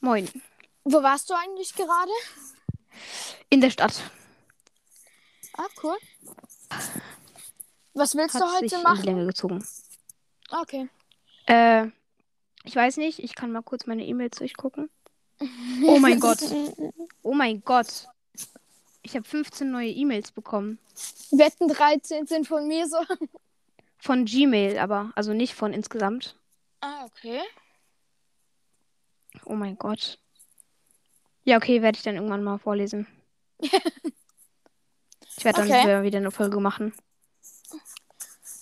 Moin. Wo warst du eigentlich gerade? In der Stadt. Ah, cool. Was willst Hat du heute sich in die machen? Länge gezogen. Okay. Äh, ich weiß nicht. Ich kann mal kurz meine E-Mails durchgucken. Oh mein Gott. Oh mein Gott. Ich habe 15 neue E-Mails bekommen. Wetten 13 sind von mir so. Von Gmail aber. Also nicht von insgesamt. Ah, okay. Oh mein Gott. Ja, okay, werde ich dann irgendwann mal vorlesen. ich werde dann Okay. wieder- wieder eine Folge machen.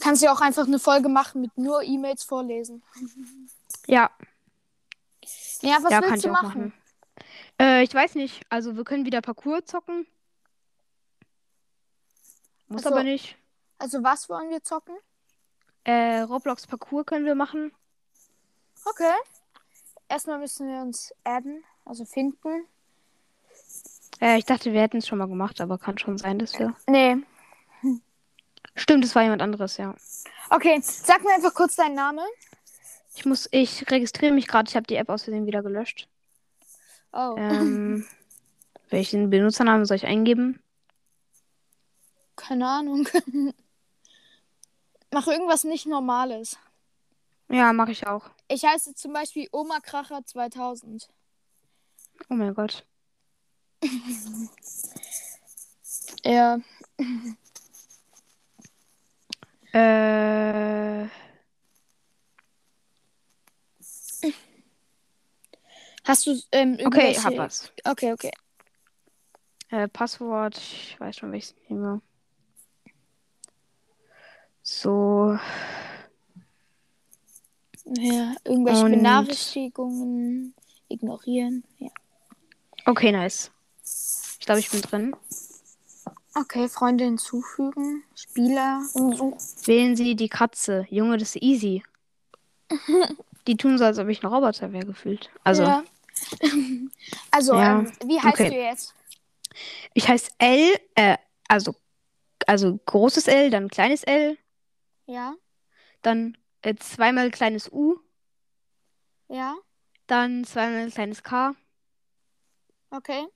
Kannst ja auch einfach eine Folge machen mit nur E-Mails vorlesen. Ja, Ja, was ja, kann willst ich du auch machen? machen. Äh, ich weiß nicht. Also, wir können wieder Parcours zocken. Muss Also- aber nicht. Also, was wollen wir zocken? Äh, Roblox Parcours können wir machen. Okay. Erstmal müssen wir uns adden, also finden. Äh, ich dachte, wir hätten es schon mal gemacht, aber kann schon sein, dass wir. Nee. Stimmt, es war jemand anderes, ja. Okay, sag mir einfach kurz deinen Namen. Ich muss, ich registriere mich gerade. Ich habe die App aus Versehen wieder gelöscht. Oh. Ähm, welchen Benutzernamen soll ich eingeben? Keine Ahnung. Mach irgendwas nicht Normales. Ja, mache ich auch. Ich heiße zum Beispiel Oma Kracher 2000. Oh mein Gott. Ja. Äh, Hast du ähm, okay, irgendwelche... ich hab was. Okay, okay. Äh, Passwort, ich weiß schon, welches ich nehme. So, Ja, irgendwelche Und- Benachrichtigungen ignorieren. Ja. okay, nice. Ich glaube, ich bin drin. Okay, Freunde hinzufügen. Spieler. suchen. Wählen Sie die Katze. Junge, das ist easy. Die tun so, als ob ich ein Roboter wäre, gefühlt. Also, Ja. also, Ja. ähm, wie heißt Okay. du jetzt? ich heiße L, äh, also, also großes L, dann kleines L, Ja, dann äh, zweimal kleines U, ja, dann zweimal kleines K, okay.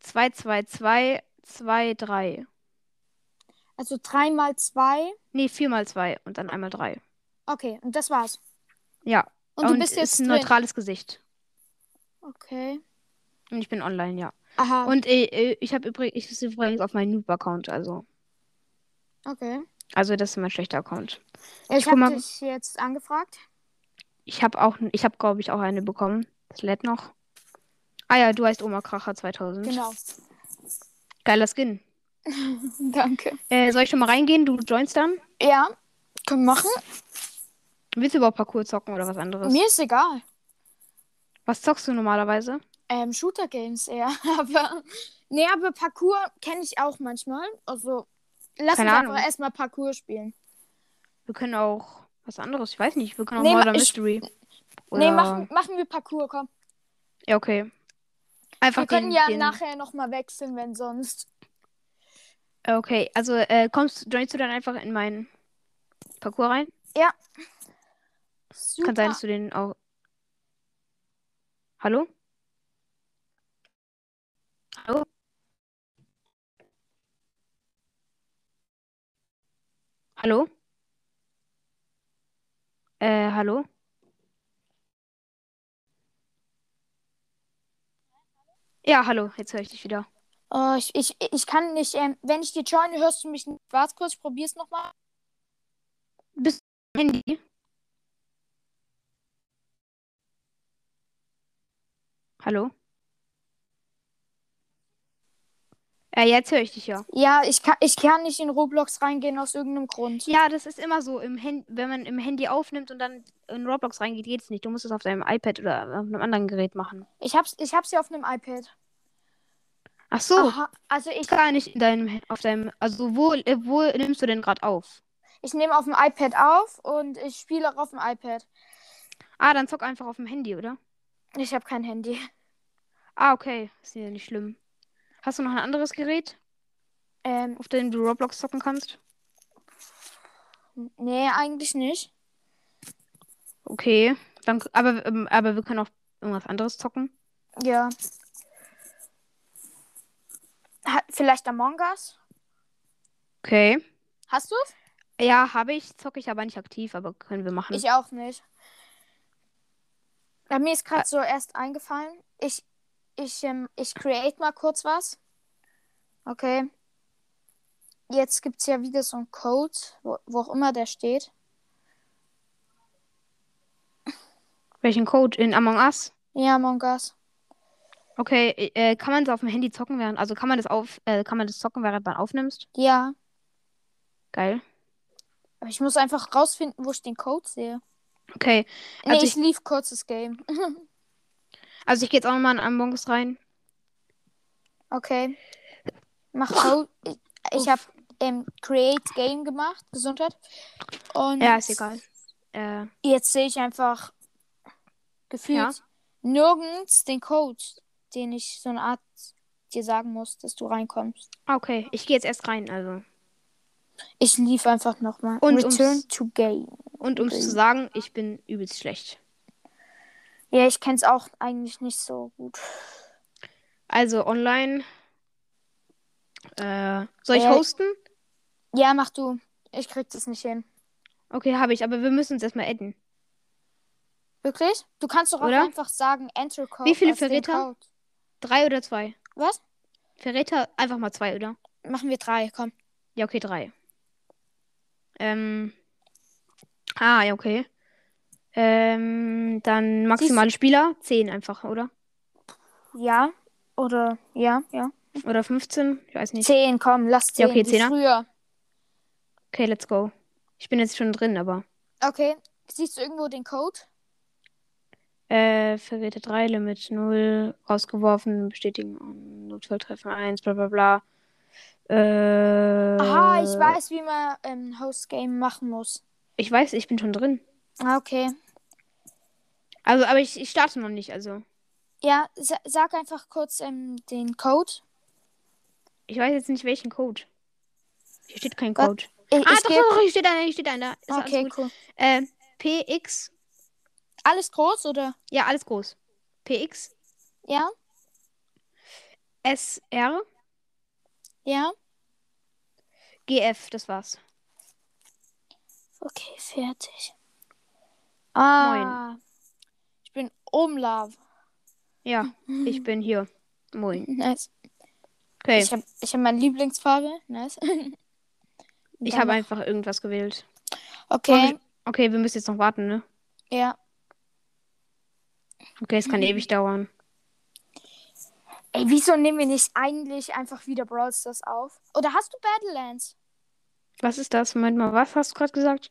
2, 2, 2, 2, 3. Also 3 mal 2. Nee, 4 mal 2 und dann einmal 3. Okay, und das war's. Ja. Und, du bist ist jetzt ein drin. neutrales Gesicht. Okay. Und ich bin online, ja. Aha, Und äh, äh, ich habe übrigens, ich sitze übrigens auf meinem Noob-Account, also. okay. Also das ist mein schlechter Account. Ich guck mal- habe dich jetzt angefragt. Ich habe auch, ich habe glaube ich auch eine bekommen. Das lädt noch. Ah ja, du heißt Oma Kracher 2000. Genau. Geiler Skin. Danke. Äh, soll ich schon mal reingehen? Du joinst dann? Ja, können wir machen. Willst du überhaupt Parkour zocken oder was anderes? Mir ist egal. Was zockst du normalerweise? Ähm, Shooter Games eher. Aber. Nee, aber Parkour kenne ich auch manchmal. Also, lass Keine uns Ahnung. einfach erstmal Parkour spielen. Wir können auch was anderes. Ich weiß nicht. Wir können auch Nee, ma- Murder ich- Mystery. Nee, Oder- machen, machen wir Parkour, komm. Ja, okay. Einfach Wir können den, ja den... nachher nochmal wechseln, wenn sonst. Okay, also äh, kommst, joinst du dann einfach in meinen Parcours rein? Super. Kann sein, dass du den auch. Hallo? Hallo? Hallo? Äh, hallo? Ja, hallo, jetzt höre ich dich wieder. Oh, ich, ich, ich kann nicht. Ähm, wenn ich dich joine, hörst du mich nicht. Warte kurz, ich probier's nochmal. Bist du am Handy? Hallo? Ja, jetzt höre ich dich ja. Ja, ich kann, ich kann nicht in Roblox reingehen aus irgendeinem Grund. Ja, das ist immer so, im Hand wenn man im Handy aufnimmt und dann in Roblox reingeht, geht's nicht. Du musst es auf deinem iPad oder auf einem anderen Gerät machen. Ich hab's, ich hab's ja auf einem iPad. Ach so, Aha, also ich, gar nicht in deinem, Hand- auf deinem, also wo, äh, wo nimmst du denn gerade auf? ich nehme auf dem iPad auf und ich spiele auch auf dem iPad. Ah, dann zock einfach auf dem Handy, oder? Ich habe kein Handy. Ah, okay, ist ja nicht schlimm. Hast du noch ein anderes Gerät, Ähm, auf dem du Roblox zocken kannst? nee, eigentlich nicht. Okay, dann, aber, ähm, aber wir können auch irgendwas anderes zocken. Ja. Ha- vielleicht Among Us? Okay. Hast du es? Ja, habe ich. Zocke ich aber nicht aktiv, aber können wir machen. Ich auch nicht. Bei mir ist gerade so erst eingefallen. Ich, ich, ähm, ich create mal kurz was. Okay. Jetzt gibt es ja wieder so einen Code, wo, wo auch immer der steht. Welchen Code? In Among Us? Ja, Among Us. Okay, äh, kann man es auf dem Handy zocken während, also kann man das auf, äh, kann man das zocken während man aufnimmst? Ja. Geil. Aber ich muss einfach rausfinden, wo ich den Code sehe. Okay, Nee, Also ich, lief kurzes Game. also ich gehe jetzt auch nochmal in Among Us rein. Okay. Mach Code. Ich, ich Uff. habe ähm, Create Game gemacht. Gesundheit. Und Ja, ist egal. Äh, jetzt sehe ich einfach gefühlt Ja. nirgends den Code, den ich so eine Art dir sagen muss, dass du reinkommst. okay, ich gehe jetzt erst rein, also. Ich lief einfach nochmal. Und Return ums- to Game. Und um es zu sagen, ich bin übelst schlecht. Ja, ich kenne es auch eigentlich nicht so gut. Also online. Äh, soll ich Äh, hosten? Ja, mach du. Ich krieg das nicht hin. Okay, habe ich, aber wir müssen uns erstmal adden. Wirklich? Du kannst doch auch Oder? einfach sagen, Enter Code. Wie viele als den Verräter? Code. Drei oder zwei? Was? Verräter einfach mal zwei, oder? Machen wir drei, komm. Ja, okay, drei. Ähm. Ah, ja, okay. Ähm, dann maximale Spieler, 10 einfach, oder? Ja. Oder ja, ja. Oder 15? Ich weiß nicht. Zehn, komm, lass zehn. Ja, okay, wie Zehner. Früher. Okay, let's go. Ich bin jetzt schon drin, aber. Okay. Siehst du irgendwo den Code? Äh, Verräter 3, Limit 0, rausgeworfen, bestätigen, Notfalltreffen 1, bla bla bla. Äh, Aha, ich weiß, wie man ähm, Host Game machen muss. Ich weiß, ich bin schon drin. Ah, okay. Also, aber ich, ich starte noch nicht, also. Ja, sa sag einfach kurz ähm, den Code. Ich weiß jetzt nicht, welchen Code. Hier steht kein Was? Code. Ich, Ah, Äh, ich doch, geb- doch, doch, hier steht einer, hier steht einer. Ist alles Okay, gut. cool. Äh, PX, Alles groß oder? ja, alles groß. PX, Ja, SR, ja. GF, das war's. Okay, fertig. Ah. Ich bin Umlauf. Ja, Mhm. ich bin hier. Moin. Nice. Okay, Ich habe ich hab meine Lieblingsfarbe. Nice. ich Dann habe mach- einfach irgendwas gewählt. Okay, Okay, wir müssen jetzt noch warten, ne? ja. Okay, es kann Mhm. ewig dauern. Ey, wieso nehmen wir nicht eigentlich einfach wieder Brawl Stars auf? Oder hast du Battlelands? Was ist das? Moment mal, was hast du gerade gesagt?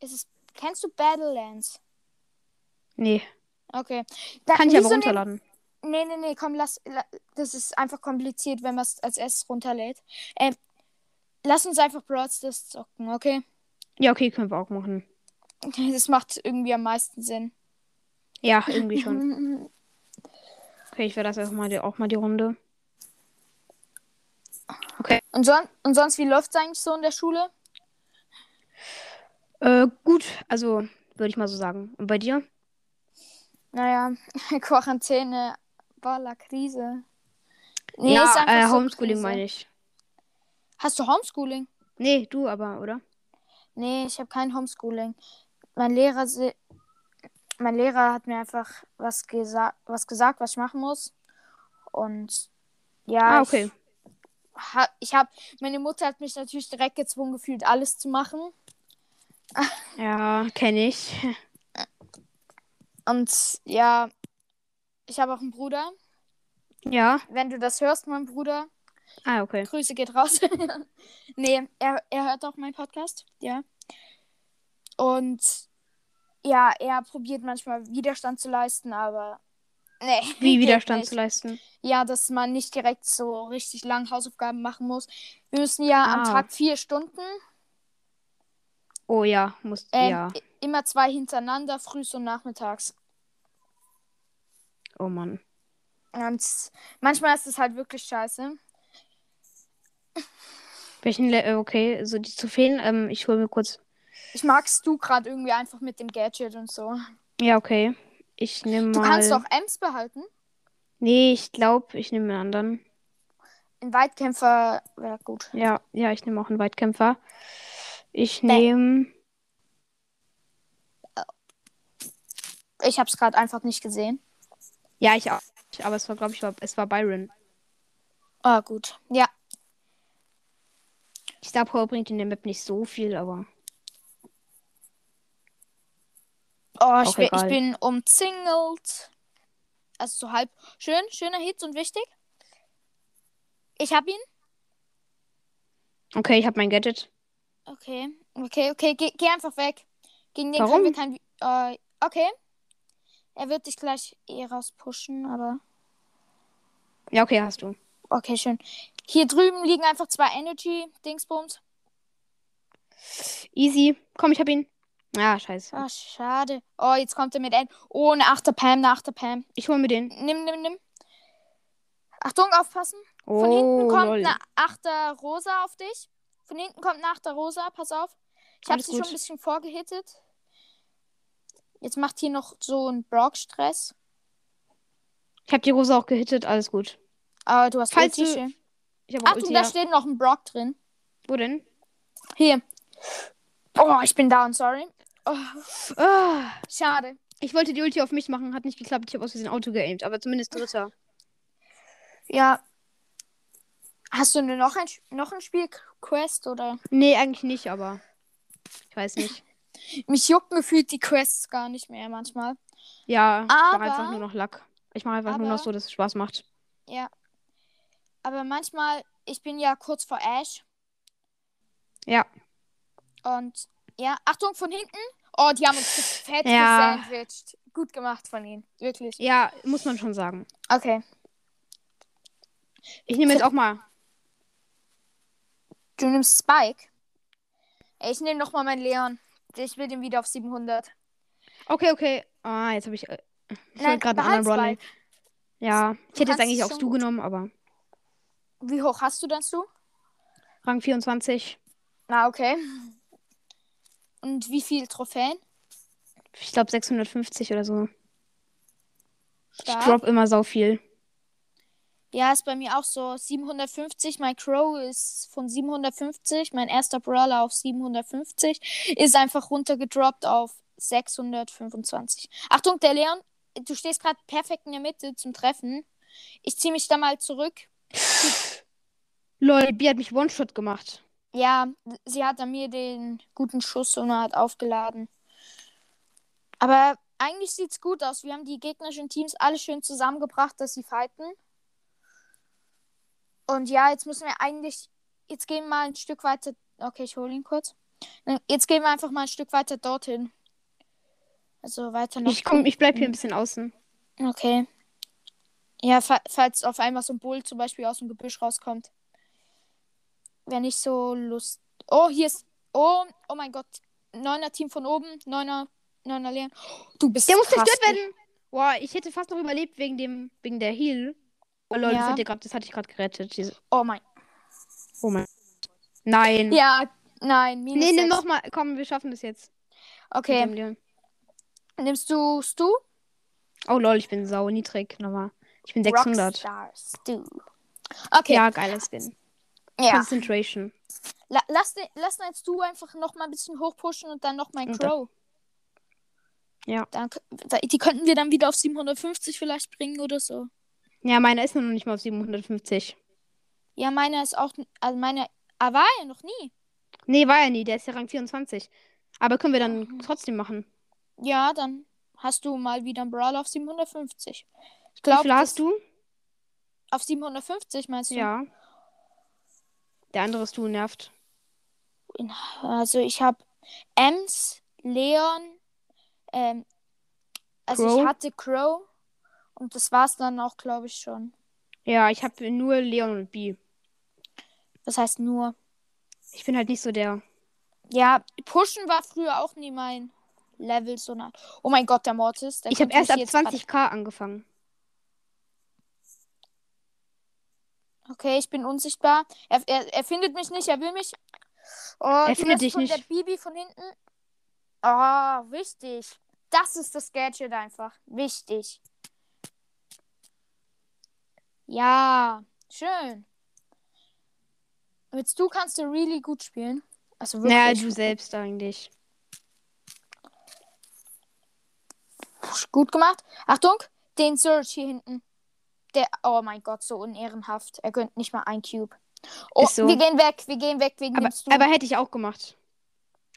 Ist es, kennst du Battlelands? Nee, Okay. Da- kann ich aber wieso nehmen- runterladen. Nee, nee, nee, komm, lass. La, das ist einfach kompliziert, wenn man es als erstes runterlädt. Ähm, lass uns einfach Brawl Stars zocken, okay? Ja, okay, können wir auch machen. Das macht irgendwie am meisten Sinn. Ja, irgendwie Mhm. schon. Okay, ich werde das auch mal, die, auch mal die Runde. Und, son und sonst, wie läuft's eigentlich so in der Schule? Äh, gut, also würde ich mal so sagen. Und bei dir? Naja, Quarantäne, Baller, Krise. ja, äh, so Homeschooling Krise. meine ich. Hast du Homeschooling? Nee, du aber, oder? Nee, ich habe kein Homeschooling. Mein Lehrer, se- mein Lehrer hat mir einfach was, gesa was gesagt, was ich machen muss. Und ja, ah, okay. ich, ha ich habe, meine Mutter hat mich natürlich direkt gezwungen gefühlt, alles zu machen. Ja, kenne ich. Und ja, ich habe auch einen Bruder. Ja. Wenn du das hörst, mein Bruder, Ah, okay. Grüße geht raus. nee, er, er hört auch meinen Podcast, ja. Und ja, er probiert manchmal Widerstand zu leisten, aber nee. Wie geht Widerstand nicht. zu leisten. Ja, dass man nicht direkt so richtig lang Hausaufgaben machen muss. Wir müssen ja am Ah. Tag vier Stunden, Oh ja, muss. ähm, Ja. i- immer zwei hintereinander, frühs und nachmittags. Oh Mann. Und manchmal ist es halt wirklich scheiße. Welchen. Le äh, okay, so die zu fehlen. Ähm, ich hole mir kurz. Ich magst du gerade irgendwie einfach mit dem Gadget und so. Ja, okay. Ich nehme mal. Du kannst doch Ems behalten. Nee, ich glaube, ich nehme einen anderen. Ein Weitkämpfer wäre gut. Ja, ja, ich nehme auch einen Weitkämpfer. Ich Nee. nehme. Ich habe es gerade einfach nicht gesehen. Ja, ich auch. Aber es war, glaube ich, war, es war Byron. Ah, gut. Ja. Star Power bringt in der Map nicht so viel, aber. Oh, ich, Auch bin, ich egal. bin umzingelt. Also so halb. Schön, schöner Hit und wichtig. Ich hab ihn. Okay, ich habe mein Gadget. Okay, okay, okay. Geh, geh einfach weg. Gegen den Warum? können wir kein. Äh, okay. Er wird dich gleich eh rauspushen, aber. Ja, okay, hast du. Okay, schön. Hier drüben liegen einfach zwei Energy-Dingsbums. Easy. Komm, ich hab ihn. Ah, scheiße. Ah, schade. Oh, jetzt kommt er mit ein. Oh, eine achter Pam, eine achter Pam. Ich hol mir den. Nimm, nimm, nimm. Achtung, aufpassen. Oh, Von hinten kommt lol. eine achter Rosa auf dich. Von hinten kommt eine achter Rosa, pass auf. Ich habe Alles sie gut. schon ein bisschen vorgehittet. Jetzt macht hier noch so ein Brock-Stress. Ich hab die Rose auch gehittet, alles gut. Aber du hast Falls Ulti, du- schön. Ich hab auch Achtung, Ulti. da ja. steht noch ein Brock drin. Wo denn? Hier. Oh, ich bin down, sorry. Oh, Ah, schade. ich wollte die Ulti auf mich machen, hat nicht geklappt. Ich habe aus Versehen Auto geaimt, aber zumindest dritter. Ja. Hast du nur noch ein, noch ein Spiel Quest oder? Nee, eigentlich nicht, aber. Ich weiß nicht. Mich jucken gefühlt die Quests gar nicht mehr manchmal. Ja, ich Aber- mache einfach nur noch Lack. Ich mache einfach nur aber- noch so, dass es Spaß macht. Ja. Aber manchmal, ich bin ja kurz vor Ash. Ja. Und ja, Achtung von hinten. Oh, die haben uns ge- fett Ja. gesandwiched. Gut gemacht von ihnen. Wirklich. Ja, muss man schon sagen. Okay. Ich nehme jetzt auch mal. Du nimmst Spike. Ey, Ich nehme nochmal meinen Leon. Ich will den wieder auf 700. Okay, okay. Ah, jetzt habe ich. äh, Ich Nein, wollte gerade einen behalt anderen Brawler. nehmen. Spike. Ja, ich hätte kannst jetzt eigentlich es auch schon Stu gut. genommen, aber Wie hoch hast du denn du? Rang 24. Na, okay. Und wie viel Trophäen? Ich glaube 650 oder so. Stark. Ich drop immer sau viel. Ja, ist bei mir auch so. 750, mein Crow ist von 750, mein erster Brawler auf 750, ist einfach runtergedroppt auf 625. Achtung, der Leon, du stehst gerade perfekt in der Mitte zum Treffen. Ich ziehe mich da mal zurück. Lol, Bi hat mich One-Shot gemacht. Ja, sie hat an mir den guten Schuss und hat aufgeladen. Aber eigentlich sieht's gut aus. Wir haben die gegnerischen Teams alle schön zusammengebracht, dass sie fighten. Und ja, jetzt müssen wir eigentlich. Jetzt gehen wir mal ein Stück weiter. Okay, ich hole ihn kurz. Jetzt gehen wir einfach mal ein Stück weiter dorthin. Also weiter nach. Ich komm, ich bleib hier ein bisschen außen. Okay. Ja, fa falls auf einmal so ein Bull zum Beispiel aus dem Gebüsch rauskommt. Wäre nicht so lust. Oh, hier ist. Oh, oh mein Gott. Neuner Team von oben. Neuner, neuner Leon. Du bist. Der muss krass gut. zerstört werden. Boah, ich hätte fast noch überlebt wegen dem, wegen der Heal. Oh lol, Ja. das, hat ihr grad, das hatte ich gerade gerettet. Diese, Oh mein. oh mein. Nein. Ja, nein. Minus nee, nimm sechs. nochmal. Komm, wir schaffen das jetzt. mit Okay. dem Leon. Nimmst du Stu? Oh lol, ich bin sau niedrig. Nochmal. Ich bin 600. Rockstar Stu. Okay. Ja. Ja, geiles Skin. Concentration. La lass, den, lass den als du einfach noch mal ein bisschen hochpushen und dann noch mein Und Crow. Ja. Dann, k- da- die könnten wir dann wieder auf 750 vielleicht bringen oder so. Ja, meiner ist noch nicht mal auf 750. Ja, meiner ist auch. Also meiner. Ah, war ja noch nie. Nee, war er nie. Der ist ja Rang 24. Aber können wir dann trotzdem machen. Ja, dann hast du mal wieder einen Brawler auf 750. Ich Wie glaube, viel hast du? auf 750 meinst du? Ja. Der andere ist du nervt. Also ich habe Ems, Leon, ähm, also ich Crow. hatte Crow und das war's dann auch, glaube ich, schon. Ja, ich habe nur Leon und B. Das heißt nur. Ich bin halt nicht so der. Ja, pushen war früher auch nie mein Level, sondern. Oh mein Gott, der Mortis. Der Ich habe könnte erst mich ab jetzt grad- 20k angefangen. Okay, ich bin unsichtbar. Er, er, er findet mich nicht, er will mich. Oh, Er die findet Rest dich von nicht. Der Bibi von hinten. Ah, wichtig. Das ist das Gadget einfach. Wichtig. Ja, schön. Jetzt du kannst du really gut spielen. Also wirklich. Naja, du selbst eigentlich. Gut gemacht. Achtung, den Surge hier hinten. Der, oh mein Gott, so unehrenhaft. Er gönnt nicht mal ein Cube. Oh, Ist so. wir gehen weg, wir gehen weg wegen Aber, dem Stu. aber hätte ich auch gemacht.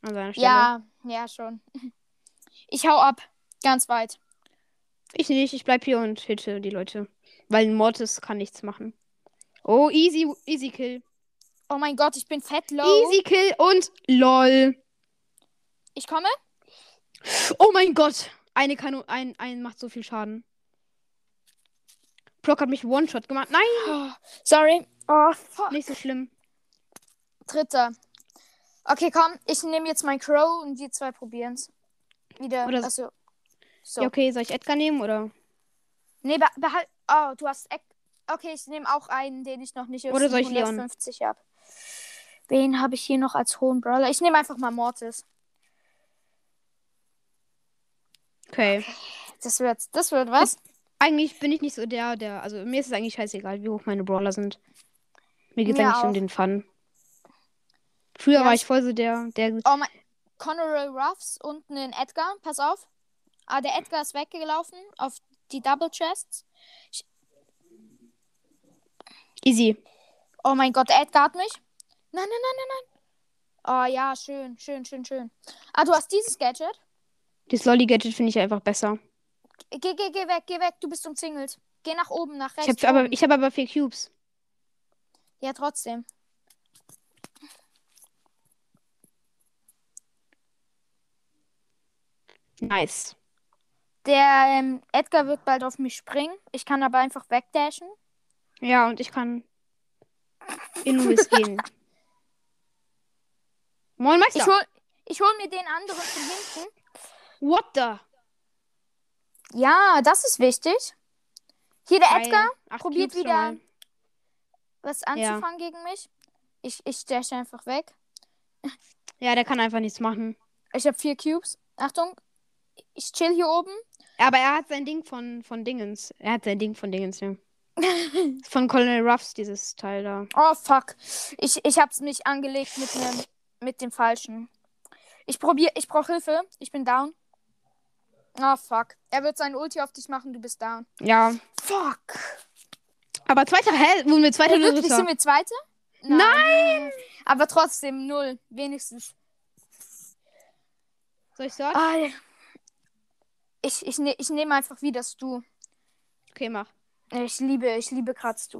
An seiner Stelle. ja, ja, schon. Ich hau ab. Ganz weit. Ich nicht, ich bleib hier und hitte die Leute. Weil Mortis kann nichts machen. Oh, easy, easy kill. Oh mein Gott, ich bin fett low. Easy kill und lol. Ich komme. Oh mein Gott. Eine Kanone, ein, ein macht so viel Schaden. Brock hat mich One-Shot gemacht. Nein, Oh, sorry. Oh, fuck. nicht so schlimm. Dritter. Okay, komm, ich nehme jetzt mein Crow und wir zwei probieren's. Wieder. Oder so- also. So. Ja, okay, soll ich Edgar nehmen oder? Nee, be behalt. Oh, du hast. Eck okay, ich nehme auch einen, den ich noch nicht Oder soll ich Leon? 50 habe. Wen habe ich hier noch als hohen Brawler? Ich nehme einfach mal Mortis. Okay. Das wird, das wird was. Eigentlich bin ich nicht so der, der. Also mir ist es eigentlich scheißegal, wie hoch meine Brawler sind. Mir geht's Mir eigentlich auch. um den Fun. Früher Ja, war ich- ich voll so der, der. Oh mein. Connery Ruffs und einen Edgar. Pass auf. Ah, der Edgar ist weggelaufen auf die Double Chests. Easy. Oh mein Gott, der Edgar hat mich. Nein, nein, nein, nein, nein. Oh ja, schön, schön, schön, schön. Ah, du hast dieses Gadget? Das Lolly-Gadget finde ich einfach besser. Geh, geh, geh weg, geh weg, du bist umzingelt. Geh nach oben, nach Ich rechts. habe aber, oben. ich hab aber vier Cubes. Ja, trotzdem. Nice. Der ähm, Edgar wird bald auf mich springen. Ich kann aber einfach wegdashen. Ja, und ich kann in Louis gehen. Moin, Meister. Ich hol, ich hol mir den anderen von hinten. What the? Ja, das ist wichtig. Hier, der Geil. Edgar Acht probiert Cubes schon wieder mal. was anzufangen gegen mich. Ich, ich dashe einfach weg. Ja, der kann einfach nichts machen. Ich habe vier Cubes. Achtung, ich chill hier oben. Aber er hat sein Ding von, von Dingens. Er hat sein Ding von Dingens, ja. von Colonel Ruffs, dieses Teil da. Oh fuck. Ich, ich hab's mich angelegt mit dem, mit dem Falschen. Ich probier, ich brauch Hilfe. Ich bin down. Oh fuck. Er wird sein Ulti auf dich machen, du bist down. Ja. Fuck. Aber zweiter, hä? Wurden wir zweiter Hey, oder wirklich, dritter? sind wir Zweite? Nein! Aber trotzdem null, wenigstens. Soll ich sagen? Ah, ich ich, ne, ich nehme einfach wieder Stu. Okay, mach. Äh, Ich liebe, ich liebe gerade Stu.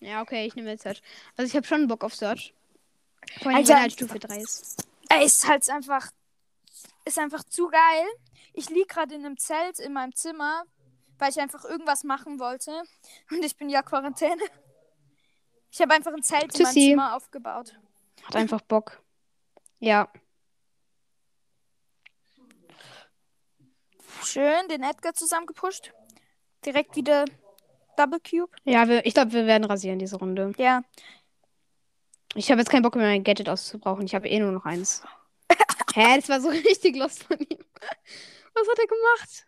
Ja, okay, ich nehme jetzt Search. Also ich habe schon Bock auf Search. Vor allem, Alter. wenn er halt Stufe 3 ist. Ey, ist halt einfach. Ist einfach zu geil. Ich lieg gerade in einem Zelt in meinem Zimmer, weil ich einfach irgendwas machen wollte. Und ich bin ja Quarantäne. Ich habe einfach ein Zelt in meinem Tschüssi. Zimmer aufgebaut. Hat einfach Bock. Ja. Schön den Edgar zusammengepusht. Direkt wieder Double Cube. Ja, wir, ich glaube, wir werden rasieren diese Runde. Ja. Ich habe jetzt keinen Bock mehr, mein Gadget auszubrauchen. Ich habe eh nur noch eins. Hä, das war so richtig lost von ihm. Was hat er gemacht?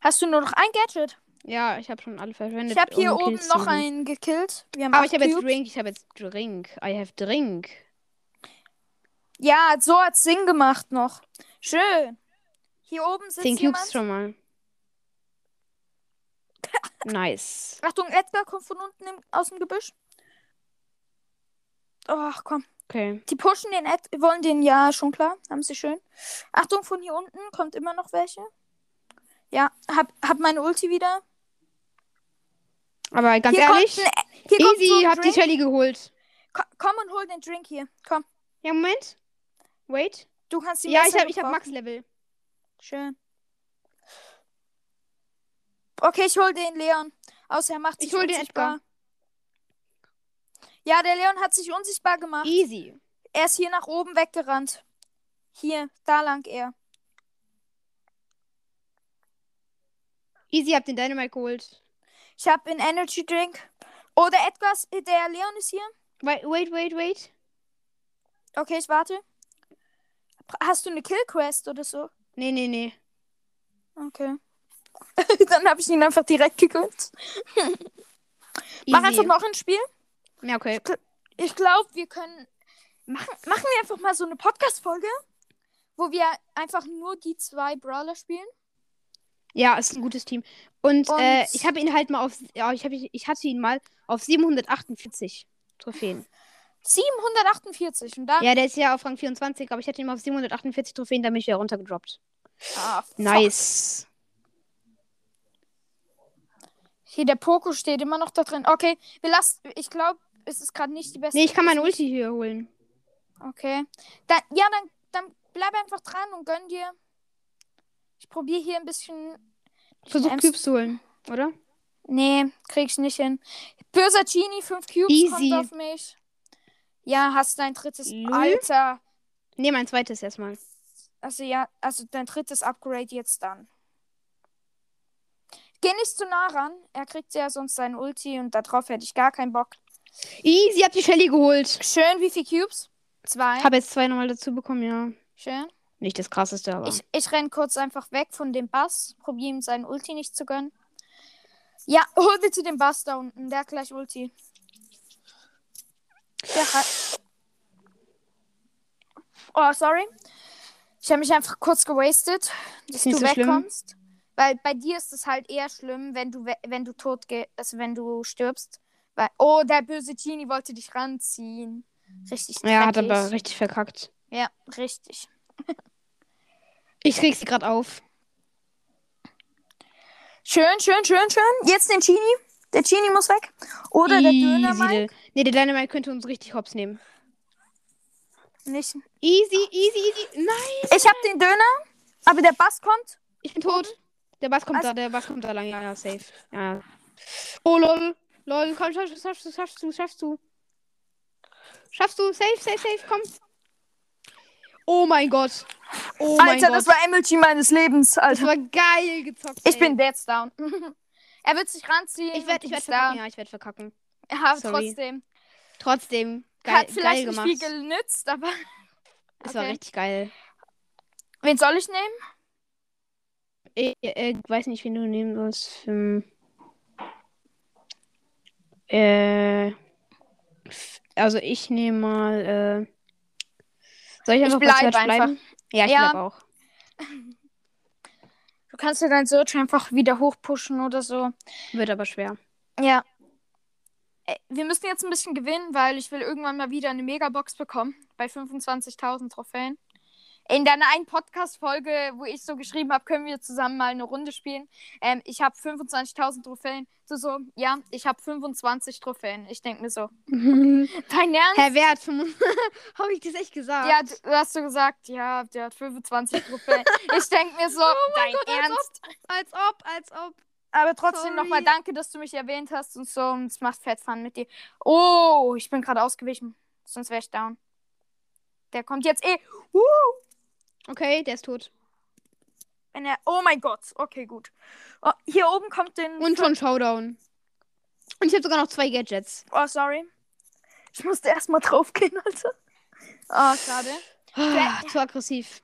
Hast du nur noch ein Gadget? Ja, ich habe schon alle verwendet. Ich habe hier um oben Kills zu noch machen. einen gekillt. Wir haben Aber acht ich habe jetzt Cubes. Drink, ich habe jetzt Drink. I have Drink. Ja, so hat's Sinn gemacht noch. Schön. Hier oben sitzt Zehn jemand. Cubes schon mal. Nice. Achtung, Edgar kommt von unten im, aus dem Gebüsch. Ach komm. Okay. Die pushen den Ed, wollen den ja schon klar. Haben sie schön. Achtung, von hier unten kommt immer noch welche. Ja, hab, hab meine Ulti wieder. Aber ganz hier ehrlich, kommt ein, E- hier kommt so easy, ein hab die Drink. Shelly geholt. Ko- Komm und hol den Drink hier. Komm, Ja, Moment. Wait. du kannst ihn Ja, ich besser habe ich hab gebrauchen. Max-Level. Schön. Okay, ich hol den Leon. Außer er macht Ich sich hol den unsichtbar. Ja, der Leon hat sich unsichtbar gemacht. Easy. Er ist hier nach oben weggerannt. Hier, da lang er. Easy, hab den Dynamite geholt. Ich habe einen Energy Drink. Oh, der Edgar, ist- der Leon ist hier. Wait, wait, wait, wait. Okay, ich warte. Hast du eine Killquest oder so? Nee, nee, nee. Okay. Dann habe ich ihn einfach direkt gekillt. Mach Easy. einfach noch ein Spiel. Ja, okay. Ich glaube, wir können. Machen, machen wir einfach mal so eine Podcast-Folge, wo wir einfach nur die zwei Brawler spielen. Ja, ist ein gutes Team. Und, Und- äh, ich habe ihn halt mal auf. Ja, ich, hab, ich, ich hatte ihn mal auf 748 Trophäen. 748 und dann. Ja, der ist ja auf Rang 24, aber ich hatte ihn mal auf 748 Trophäen, da bin ich wieder runtergedroppt. Ah, fuck. Nice. Hier, der Poco steht immer noch da drin. Okay, wir lassen. Ich glaube, es ist gerade nicht die beste. Nee, ich kann meine Ulti hier holen. Okay. Dann, ja, dann, dann bleib einfach dran und gönn dir. Ich probiere hier ein bisschen. Versuch Ems- Cubes zu holen, oder? Nee, krieg ich nicht hin. Böser Genie, 5 Cubes Easy. kommt auf mich. Ja, hast dein drittes. Lul. Alter. Nee, mein zweites erstmal. Also ja, also dein drittes Upgrade jetzt dann. Geh nicht zu nah ran. Er kriegt ja sonst seinen Ulti und darauf hätte ich gar keinen Bock. Easy, hab die Shelly geholt. Schön, wie viele Cubes? Zwei. Habe jetzt zwei nochmal dazu bekommen, ja. Schön. Nicht das krasseste, aber. Ich, ich renn kurz einfach weg von dem Bass. Probier ihm seinen Ulti nicht zu gönnen. Ja, hol dir zu dem Bass da unten. Der hat gleich Ulti. Der hat... Oh, sorry. Ich habe mich einfach kurz gewastet, dass nicht du so schlimm. wegkommst. Weil bei dir ist es halt eher schlimm, wenn du we- wenn du tot gehst, also wenn du stirbst. Weil, oh, der böse Genie wollte dich ranziehen. Richtig. ja, hat dreckig. aber richtig verkackt. Ja, richtig. Ich krieg sie gerade auf. Schön, schön, schön, schön. Jetzt den Chini. Der Chini muss weg. Oder der Easy, Döner Mike. der- Nee, der Dynamite könnte uns richtig hops nehmen. Nicht. Easy, easy, easy. Nein, Ich hab den Döner, aber der Bass kommt. ich bin tot. Der Bass kommt Also- da, der Bass kommt da lang. Ja, ja, safe. Ja. ja. Oh, lol. Lol, komm, schaffst du, schaffst du, schaffst du, schaffst du. Schaffst du, safe, safe, safe, komm. Oh mein Gott. Oh mein Alter, Gott. das war Emoji meines Lebens, Das Alter. war geil gezockt. Ich ey. bin jetzt down. er wird sich ranziehen. Ich werde und ich du werd bist down. verkacken. Ja, ich werde verkacken. Ja, Sorry. trotzdem. Trotzdem, geil, Hat geil vielleicht nicht gemacht. viel genützt, aber. Es war Okay. richtig geil. Wen soll ich nehmen? Ich, äh, weiß nicht, wen du nehmen sollst. Hm. Äh, f- also ich nehme mal. Äh, soll ich einfach bei bleib Search einfach. bleiben? Ja, ich Ja. bleib auch. Du kannst ja dein Search einfach wieder hochpushen oder so. Wird aber schwer. Ja. Äh, Wir müssen jetzt ein bisschen gewinnen, weil ich will irgendwann mal wieder eine Megabox bekommen bei 25.000 Trophäen. In deiner einen Podcast-Folge, wo ich so geschrieben habe, können wir zusammen mal eine Runde spielen. Ähm, ich habe 25.000 Trophäen. So, so, ja, ich habe 25 Trophäen. Ich denke mir so, Herr dein Ernst? Wert, habe ich das echt gesagt? Ja, du hast du gesagt, ja, der hat 25 Trophäen. ich denke mir so, dein Ernst? als ob, als ob. Aber trotzdem Sorry. nochmal danke, dass du mich erwähnt hast und so. Und es macht fett Fun mit dir. Oh, ich bin gerade ausgewichen. Sonst wäre ich down. Der kommt jetzt eh. Uh, Okay, der ist tot. wenn er. Oh mein Gott. Okay, gut. Oh, hier oben kommt den. Und schon Showdown. Und ich habe sogar noch zwei Gadgets. Oh, sorry. Ich musste erstmal draufgehen, Alter. Oh, schade. Ah, zu aggressiv.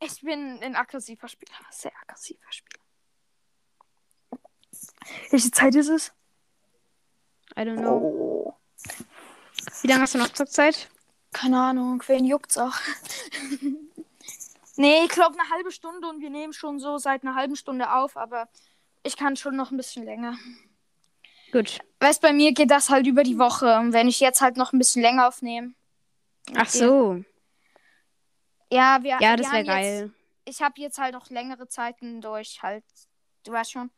Ich bin ein aggressiver Spieler. Sehr aggressiver Spieler. Welche Zeit ist es? I don't know. Oh. Wie lange hast du noch Zockzeit? Keine Ahnung, wen juckt's auch? nee, ich glaube eine halbe Stunde und wir nehmen schon so seit einer halben Stunde auf, aber ich kann schon noch ein bisschen länger. Gut. Weißt, bei mir geht das halt über die Woche und wenn ich jetzt halt noch ein bisschen länger aufnehme. Ach so. Ja, wir Ja, wir das haben wäre jetzt- geil. Ich habe jetzt halt auch längere Zeiten durch halt, du weißt schon,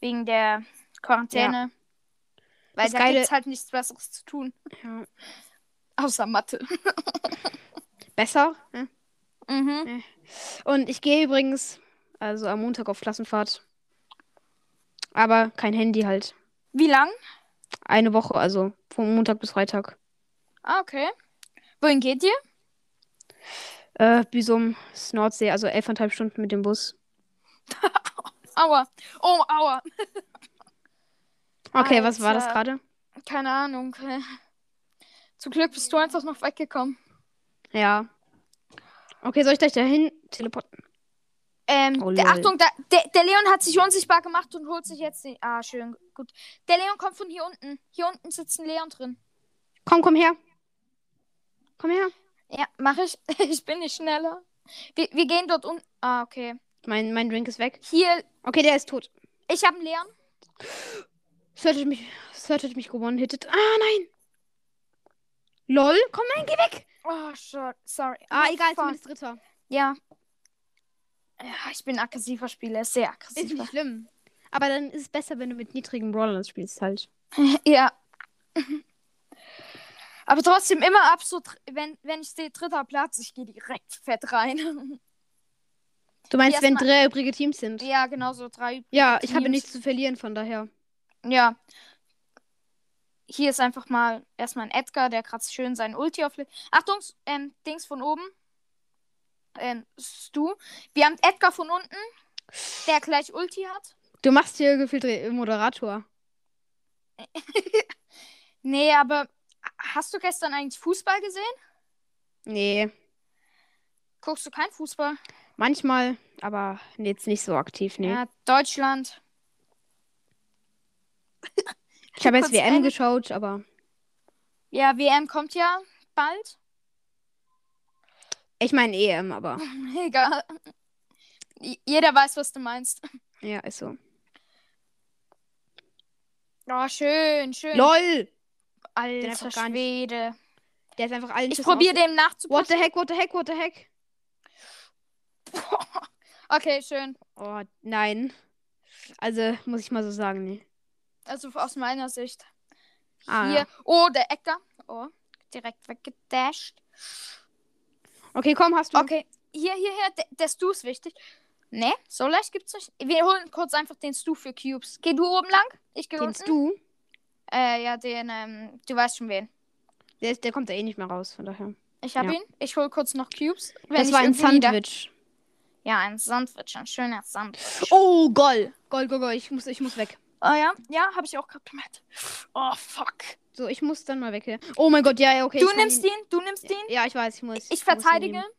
wegen der Quarantäne. Weil Das da Geile- gibt's halt nichts Besseres zu tun, Ja. außer Mathe. Besser. ne? Mhm. Und ich gehe übrigens, also am Montag auf Klassenfahrt. Aber kein Handy halt. Wie lang? Eine Woche, also vom Montag bis Freitag. Ah, okay. Wohin geht ihr? Äh, Büsum, ist Nordsee, also elfeinhalb Stunden mit dem Bus. Aua. Oh, aua. Okay, was war das Alter. gerade? Keine Ahnung. Zum Glück bist du einfach noch weggekommen. Ja. Okay, soll ich gleich dahin teleporten? Ähm, Oh, der, lol. Achtung, da, der, der Leon hat sich unsichtbar gemacht und holt sich jetzt den. Ah, schön. Gut. Der Leon kommt von hier unten. Hier unten sitzt ein Leon drin. Komm, komm her. Komm her. Ja, mach ich. Ich bin nicht schneller. Wir, wir gehen dort unten. Ah, okay. Mein, mein Drink ist weg. Hier, Okay, der ist tot. ich habe einen Leon. Searched mich, searched mich gewonnen-hittet. Ah, nein. Lol, komm, nein, geh weg. Oh, shit. sorry. Ah, Oh, egal, fuck. zumindest dritter. Ja. Ja, ich bin ein aggressiver Spieler. Sehr Ist aggressiver. nicht schlimm. Aber dann ist es besser, wenn du mit niedrigen Brawlern spielst halt. Ja. Aber trotzdem immer absolut, wenn, wenn ich sehe, dritter Platz, ich gehe direkt fett rein. Du meinst, wenn Erstmal- drei übrige Teams sind? Ja, genau so drei. Ja, ich habe Teams. nichts zu verlieren, von daher. Ja. Hier ist einfach mal erstmal ein Edgar, der gerade schön seinen Ulti auflegt. Achtung, ähm, Dings von oben. Ähm, Stu. Wir haben Edgar von unten, der gleich Ulti hat. Du machst hier gefühlt Re- Moderator. Nee, aber hast du gestern eigentlich Fußball gesehen? Nee, Guckst du kein Fußball? manchmal, aber jetzt nicht so aktiv, nee. Ja, Deutschland. ich habe jetzt kurz WM eine- geschaut, aber Ja, WM kommt ja bald. ich meine EM, aber Egal. J- Jeder weiß, was du meinst. ja, ist so. Oh, schön, schön. LOL! Alter einfach gar nicht. Schwede. Der ist einfach allen Ich Schüssen probiere dem aus- What the nachzupassen. heck, what the heck, what the heck? Okay, schön. Oh, nein. Also, muss ich mal so sagen, nee. Also aus meiner Sicht. Ah, Hier. ja. Oh, der Ecker. Oh, direkt weggedasht. Okay, komm, hast du. Okay, hier, hier, hier. Der, der Stu ist wichtig. Ne, so leicht gibt's nicht. Wir holen kurz einfach den Stu für Cubes. Geh du oben lang. Ich geh Den unten. Stu, Äh, ja, den, ähm, du weißt schon wen. der, ist- der kommt da eh nicht mehr raus, von daher. Ich hab Ja. ihn. Ich hol kurz noch Cubes. Wenn das ich war ein irgendwie wieder- Sandwich. Ja, ein Sandwich, ein schöner Sandwich. Oh, Goll. Goll, Goll, Goll. Ich muss, ich muss weg. Oh ja, ja, habe ich auch gerade gemerkt. Oh fuck. So, ich muss dann mal weg. hier. Oh mein Gott, ja, ja, okay. du ich kann nimmst ihn, du nimmst ihn. Ja, ich weiß, ich muss. Ich muss ihn verteidige. nehmen.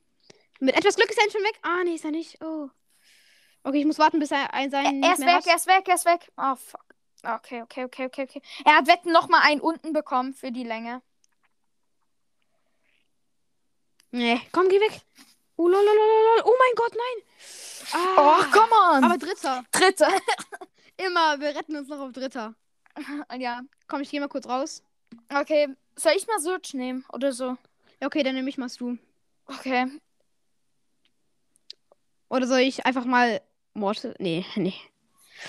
Mit etwas Glück ist er schon weg. Ah, nee, ist er nicht. Oh. Okay, ich muss warten, bis er ein Er, sein. er ist weg, er ist weg, er ist weg. Oh fuck. Okay, okay, okay, okay, okay. Er hat wetten noch mal einen unten bekommen für die Länge. Nee, komm, geh weg. Oh, lol, lol, lol, lol. Oh mein Gott, nein. Ah, Oh, come on. Aber Dritter. dritte. Immer, wir retten uns noch auf Dritter. ja. Komm, ich geh mal kurz raus. Okay, soll ich mal Search nehmen oder so? Ja, Okay, dann nehme ich mal Stu. Okay. Oder soll ich einfach mal Mortis. Nee, nee.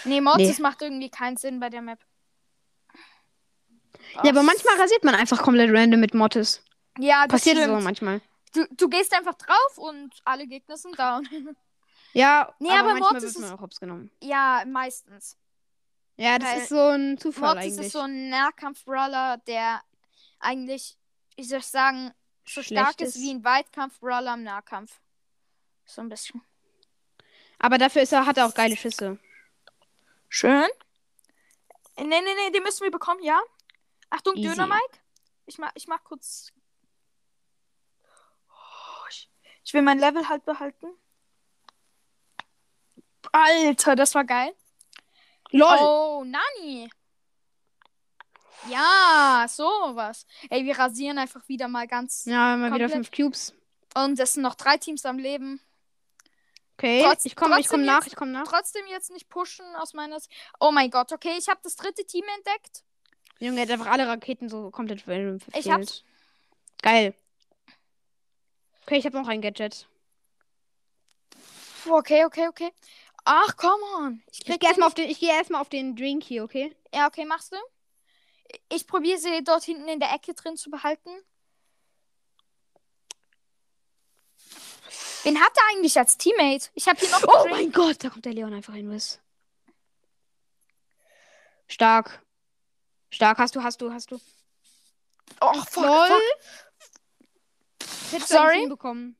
Nee, Mortis macht irgendwie keinen Sinn bei der Map. Ah, Ja, aber manchmal rasiert man einfach komplett random mit Mortis. ja, das Passiert stimmt. so manchmal. Du, du gehst einfach drauf und alle Gegner sind down. Ja, Nee, aber, aber manchmal Mortis wird man ist- auch hops genommen. Ja, meistens. Ja, das Weil ist so ein Zufall Mortis eigentlich. ist so ein Nahkampf-Brawler, der eigentlich, ich soll ich sagen, so stark Schlecht ist ist. wie ein Weitkampf-Brawler im Nahkampf. So ein bisschen. Aber dafür ist er, hat er auch geile Schüsse. Schön. Äh, Nee, nee, nee, den müssen wir bekommen, ja? Achtung, Easy. Döner Mike. Ich mach, ich mach kurz. Oh, ich, ich will mein Level halt behalten. Alter, das war geil. LOL! Oh, Nani. Ja, sowas. Ey, wir rasieren einfach wieder mal ganz. Ja, mal wieder komplett. fünf Cubes. Und es sind noch drei Teams am Leben. Okay, Trotz- ich komme ich komm trotzdem nach, jetzt- ich komme nach. Trotzdem jetzt nicht pushen aus meiner Sicht. Oh mein Gott, okay, ich habe das dritte Team entdeckt. Junge, er hat einfach alle Raketen so komplett random verfehlt. Ich hab's. Geil. Okay, ich habe noch ein Gadget. Puh, Okay, okay, okay. Ach, come on. Ich Ich krieg gehe den erstmal auf den ich gehe erstmal auf den Drink hier, okay? nicht- Ja, okay, machst du. Ich probiere sie dort hinten in der Ecke drin zu behalten. Wen hat er eigentlich als Teammate? Ich habe hier noch. Oh mein Gott, da kommt der Leon einfach hin, was? Stark. Stark hast du, hast du, hast du. oh fuck, Lol. fuck. Das hättest du Sorry? eigentlich hinbekommen.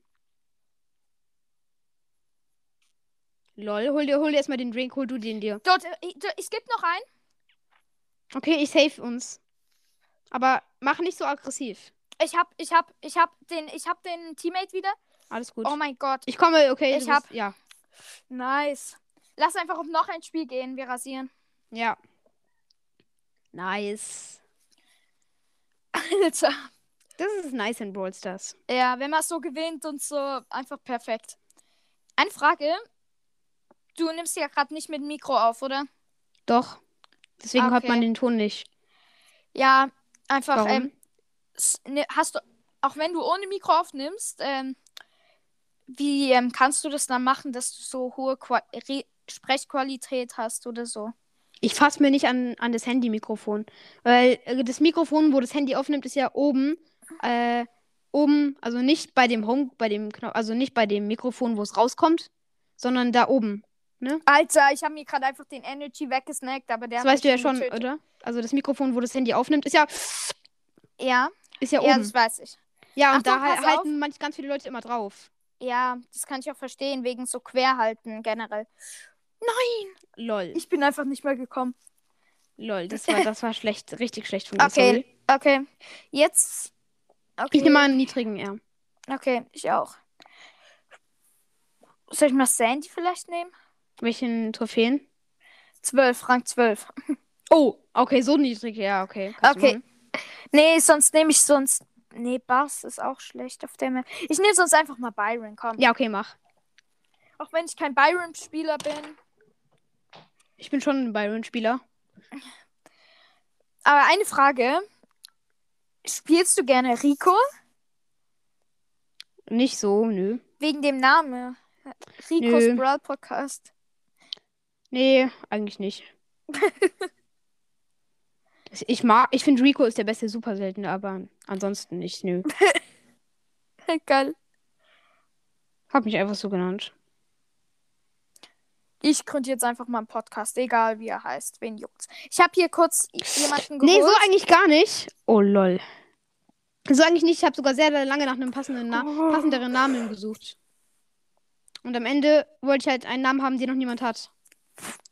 Lol, hol dir, hol dir erstmal den Drink, hol du den dir. Dort, äh, es gibt noch einen. Okay, ich save uns. Aber mach nicht so aggressiv. Ich hab, ich hab, ich hab den, ich hab den Teammate wieder. Alles gut. Oh mein Gott. ich komme, okay. Ich du bist- Ja. Nice. Lass einfach um noch ein Spiel gehen. Wir rasieren. Ja. Nice. Alter. Das ist nice in Brawl Stars. Ja, wenn man so gewinnt und so, einfach perfekt. Eine Frage. Du nimmst ja gerade nicht mit dem Mikro auf, oder? Doch. Deswegen hört Okay. man den Ton nicht. Ja, einfach. Warum? Ähm, s- ne, hast du, auch wenn du ohne Mikro aufnimmst, ähm, wie ähm, kannst du das dann machen, dass du so hohe Qua Re Sprechqualität hast oder so? ich fasse mir nicht an, an das Handy-Mikrofon. Weil äh, das Mikrofon, wo das Handy aufnimmt, ist ja oben. Äh, oben, also nicht bei dem Home, bei dem Knopf, also nicht bei dem Mikrofon, wo es rauskommt, sondern da oben. Alter, Also, ich habe mir gerade einfach den Energy weggesnackt, aber der Das hat weißt du mich ja schon, getötet. oder? Also das Mikrofon, wo das Handy aufnimmt, ist ja, Ja, ist ja, ja, oben. das weiß ich. Ja, und Achtung, da hal- pass auf. halten manch ganz viele Leute immer drauf. Ja, das kann ich auch verstehen, wegen so Querhalten generell. Lol, Ich bin einfach nicht mehr gekommen. lol, das war, das war schlecht, richtig schlecht von mir. Okay, sorry. okay. Jetzt. Okay. Ich nehme mal einen niedrigen R. Okay, ich auch. Soll ich mal Sandy vielleicht nehmen? Welchen Trophäen? 12, Rang 12. Oh, okay, so niedrig, ja, okay. kannst du Okay. machen. Nee, sonst nehme ich sonst. Nee, Bass ist auch schlecht auf der Map. Ich nehme sonst einfach mal Byron, komm. Ja, okay, mach. Auch wenn ich kein Byron-Spieler bin. Ich bin schon ein Byron-Spieler. Aber eine Frage. Spielst du gerne Rico? Nicht so, nö. Wegen dem Namen. Ricos Nö. Brawl Podcast. Nee, eigentlich nicht. ich mag, ich finde Rico ist der beste super seltene, aber ansonsten nicht, nö. Geil. Hab mich einfach so genannt. Ich gründe jetzt einfach mal einen Podcast, egal wie er heißt, wen juckt's. Ich habe hier kurz jemanden geholt. Nee, so eigentlich gar nicht. Oh lol. So eigentlich nicht. Ich habe sogar sehr, sehr lange nach einem passenden Na Oh. passenderen Namen gesucht. Und am Ende wollte ich halt einen Namen haben, den noch niemand hat.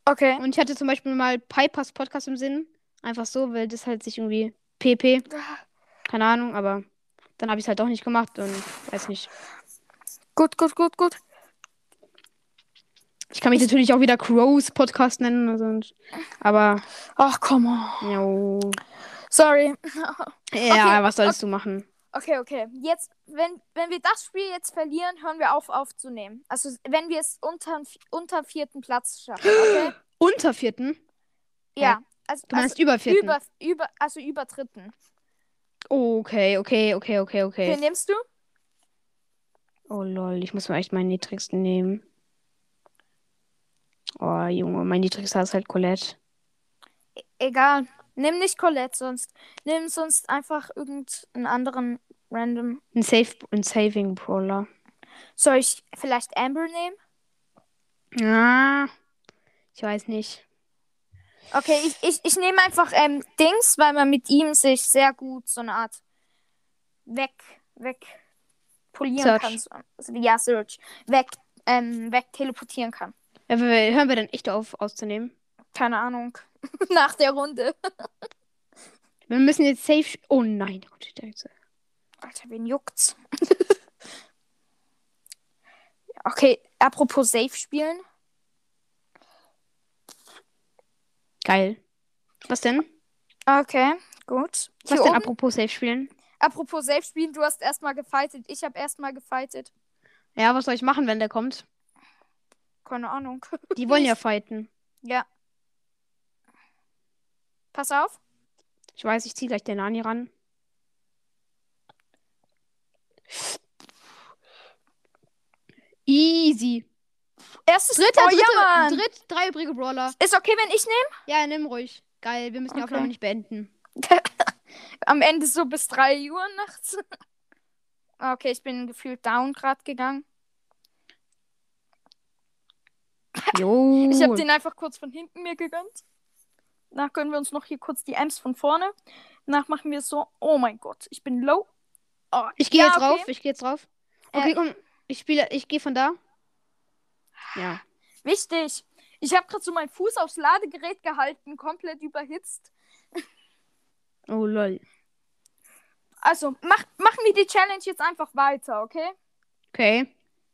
Okay. Und ich hatte zum Beispiel mal Pipers Podcast im Sinn. Einfach so, weil das halt sich irgendwie PP. Keine Ahnung, aber dann habe ich es halt doch nicht gemacht und weiß nicht. Gut, gut, gut, gut. Ich kann mich natürlich auch wieder Crows Podcast nennen. Also, und- aber, Ach, komm. on. ja. Sorry. Ja, Okay, was sollst du machen? Okay, okay. Jetzt, wenn, wenn wir das Spiel jetzt verlieren, hören wir auf aufzunehmen. Also, wenn wir es unter, unter vierten Platz schaffen, okay? Unter vierten? ja. Also, Du meinst über also vierten? über, über, also über dritten. Oh, okay, okay, okay, okay, Wen okay. nimmst du? Oh lol, ich muss mir echt meinen niedrigsten nehmen. Oh, Junge, mein niedrigster ist halt Colette. Egal. Nimm nicht Colette sonst. Nimm sonst einfach irgendeinen anderen random. Ein Safe, ein Saving Brawler. Soll ich vielleicht Amber nehmen? Ah, ich weiß nicht. Okay, ich, ich, ich nehme einfach ähm, Dings, weil man mit ihm sich sehr gut so eine Art weg, weg polieren Search. kann. So, also, ja, Search. Weg, ähm, weg teleportieren kann. Ja, wir- wir- Äh, Hören wir dann echt auf, auszunehmen? Keine Ahnung. Nach der Runde. Wir müssen jetzt safe. sch- Oh nein, da kommt die Direkte. Alter, wen juckt's? okay, apropos Safe spielen. Geil. Was denn? Okay, gut. Was Hier denn oben, apropos Safe spielen? apropos Safe spielen, du hast erstmal gefightet. Ich habe erstmal gefightet. Ja, was soll ich machen, wenn der kommt? Keine Ahnung. Die wollen ja fighten. ja. Pass auf. Ich weiß, ich zieh gleich den Nani ran. Easy. Erstes Dritter, oh, dritte, ja, Mann. dritt, drei übrige Brawler. Ist okay, wenn ich nehme? Ja, nimm ruhig. Geil, wir müssen die Okay. Aufnahme nicht beenden. Am Ende so bis 3 Uhr nachts. Okay, ich bin gefühlt down grad gegangen. Jo. Ich habe den einfach kurz von hinten mir gegönnt. Danach gönnen wir uns noch hier kurz die Ems von vorne. Danach machen wir so, oh mein Gott, ich bin low. Oh, ich gehe ja, jetzt okay. drauf, ich gehe jetzt drauf. Okay, Äh. komm. Ich spiele, ich gehe von da. Ja. äh, Wichtig. Ich habe gerade so meinen Fuß aufs Ladegerät gehalten, komplett überhitzt. Oh lol. Also, mach, machen wir die Challenge jetzt einfach weiter, okay? Okay.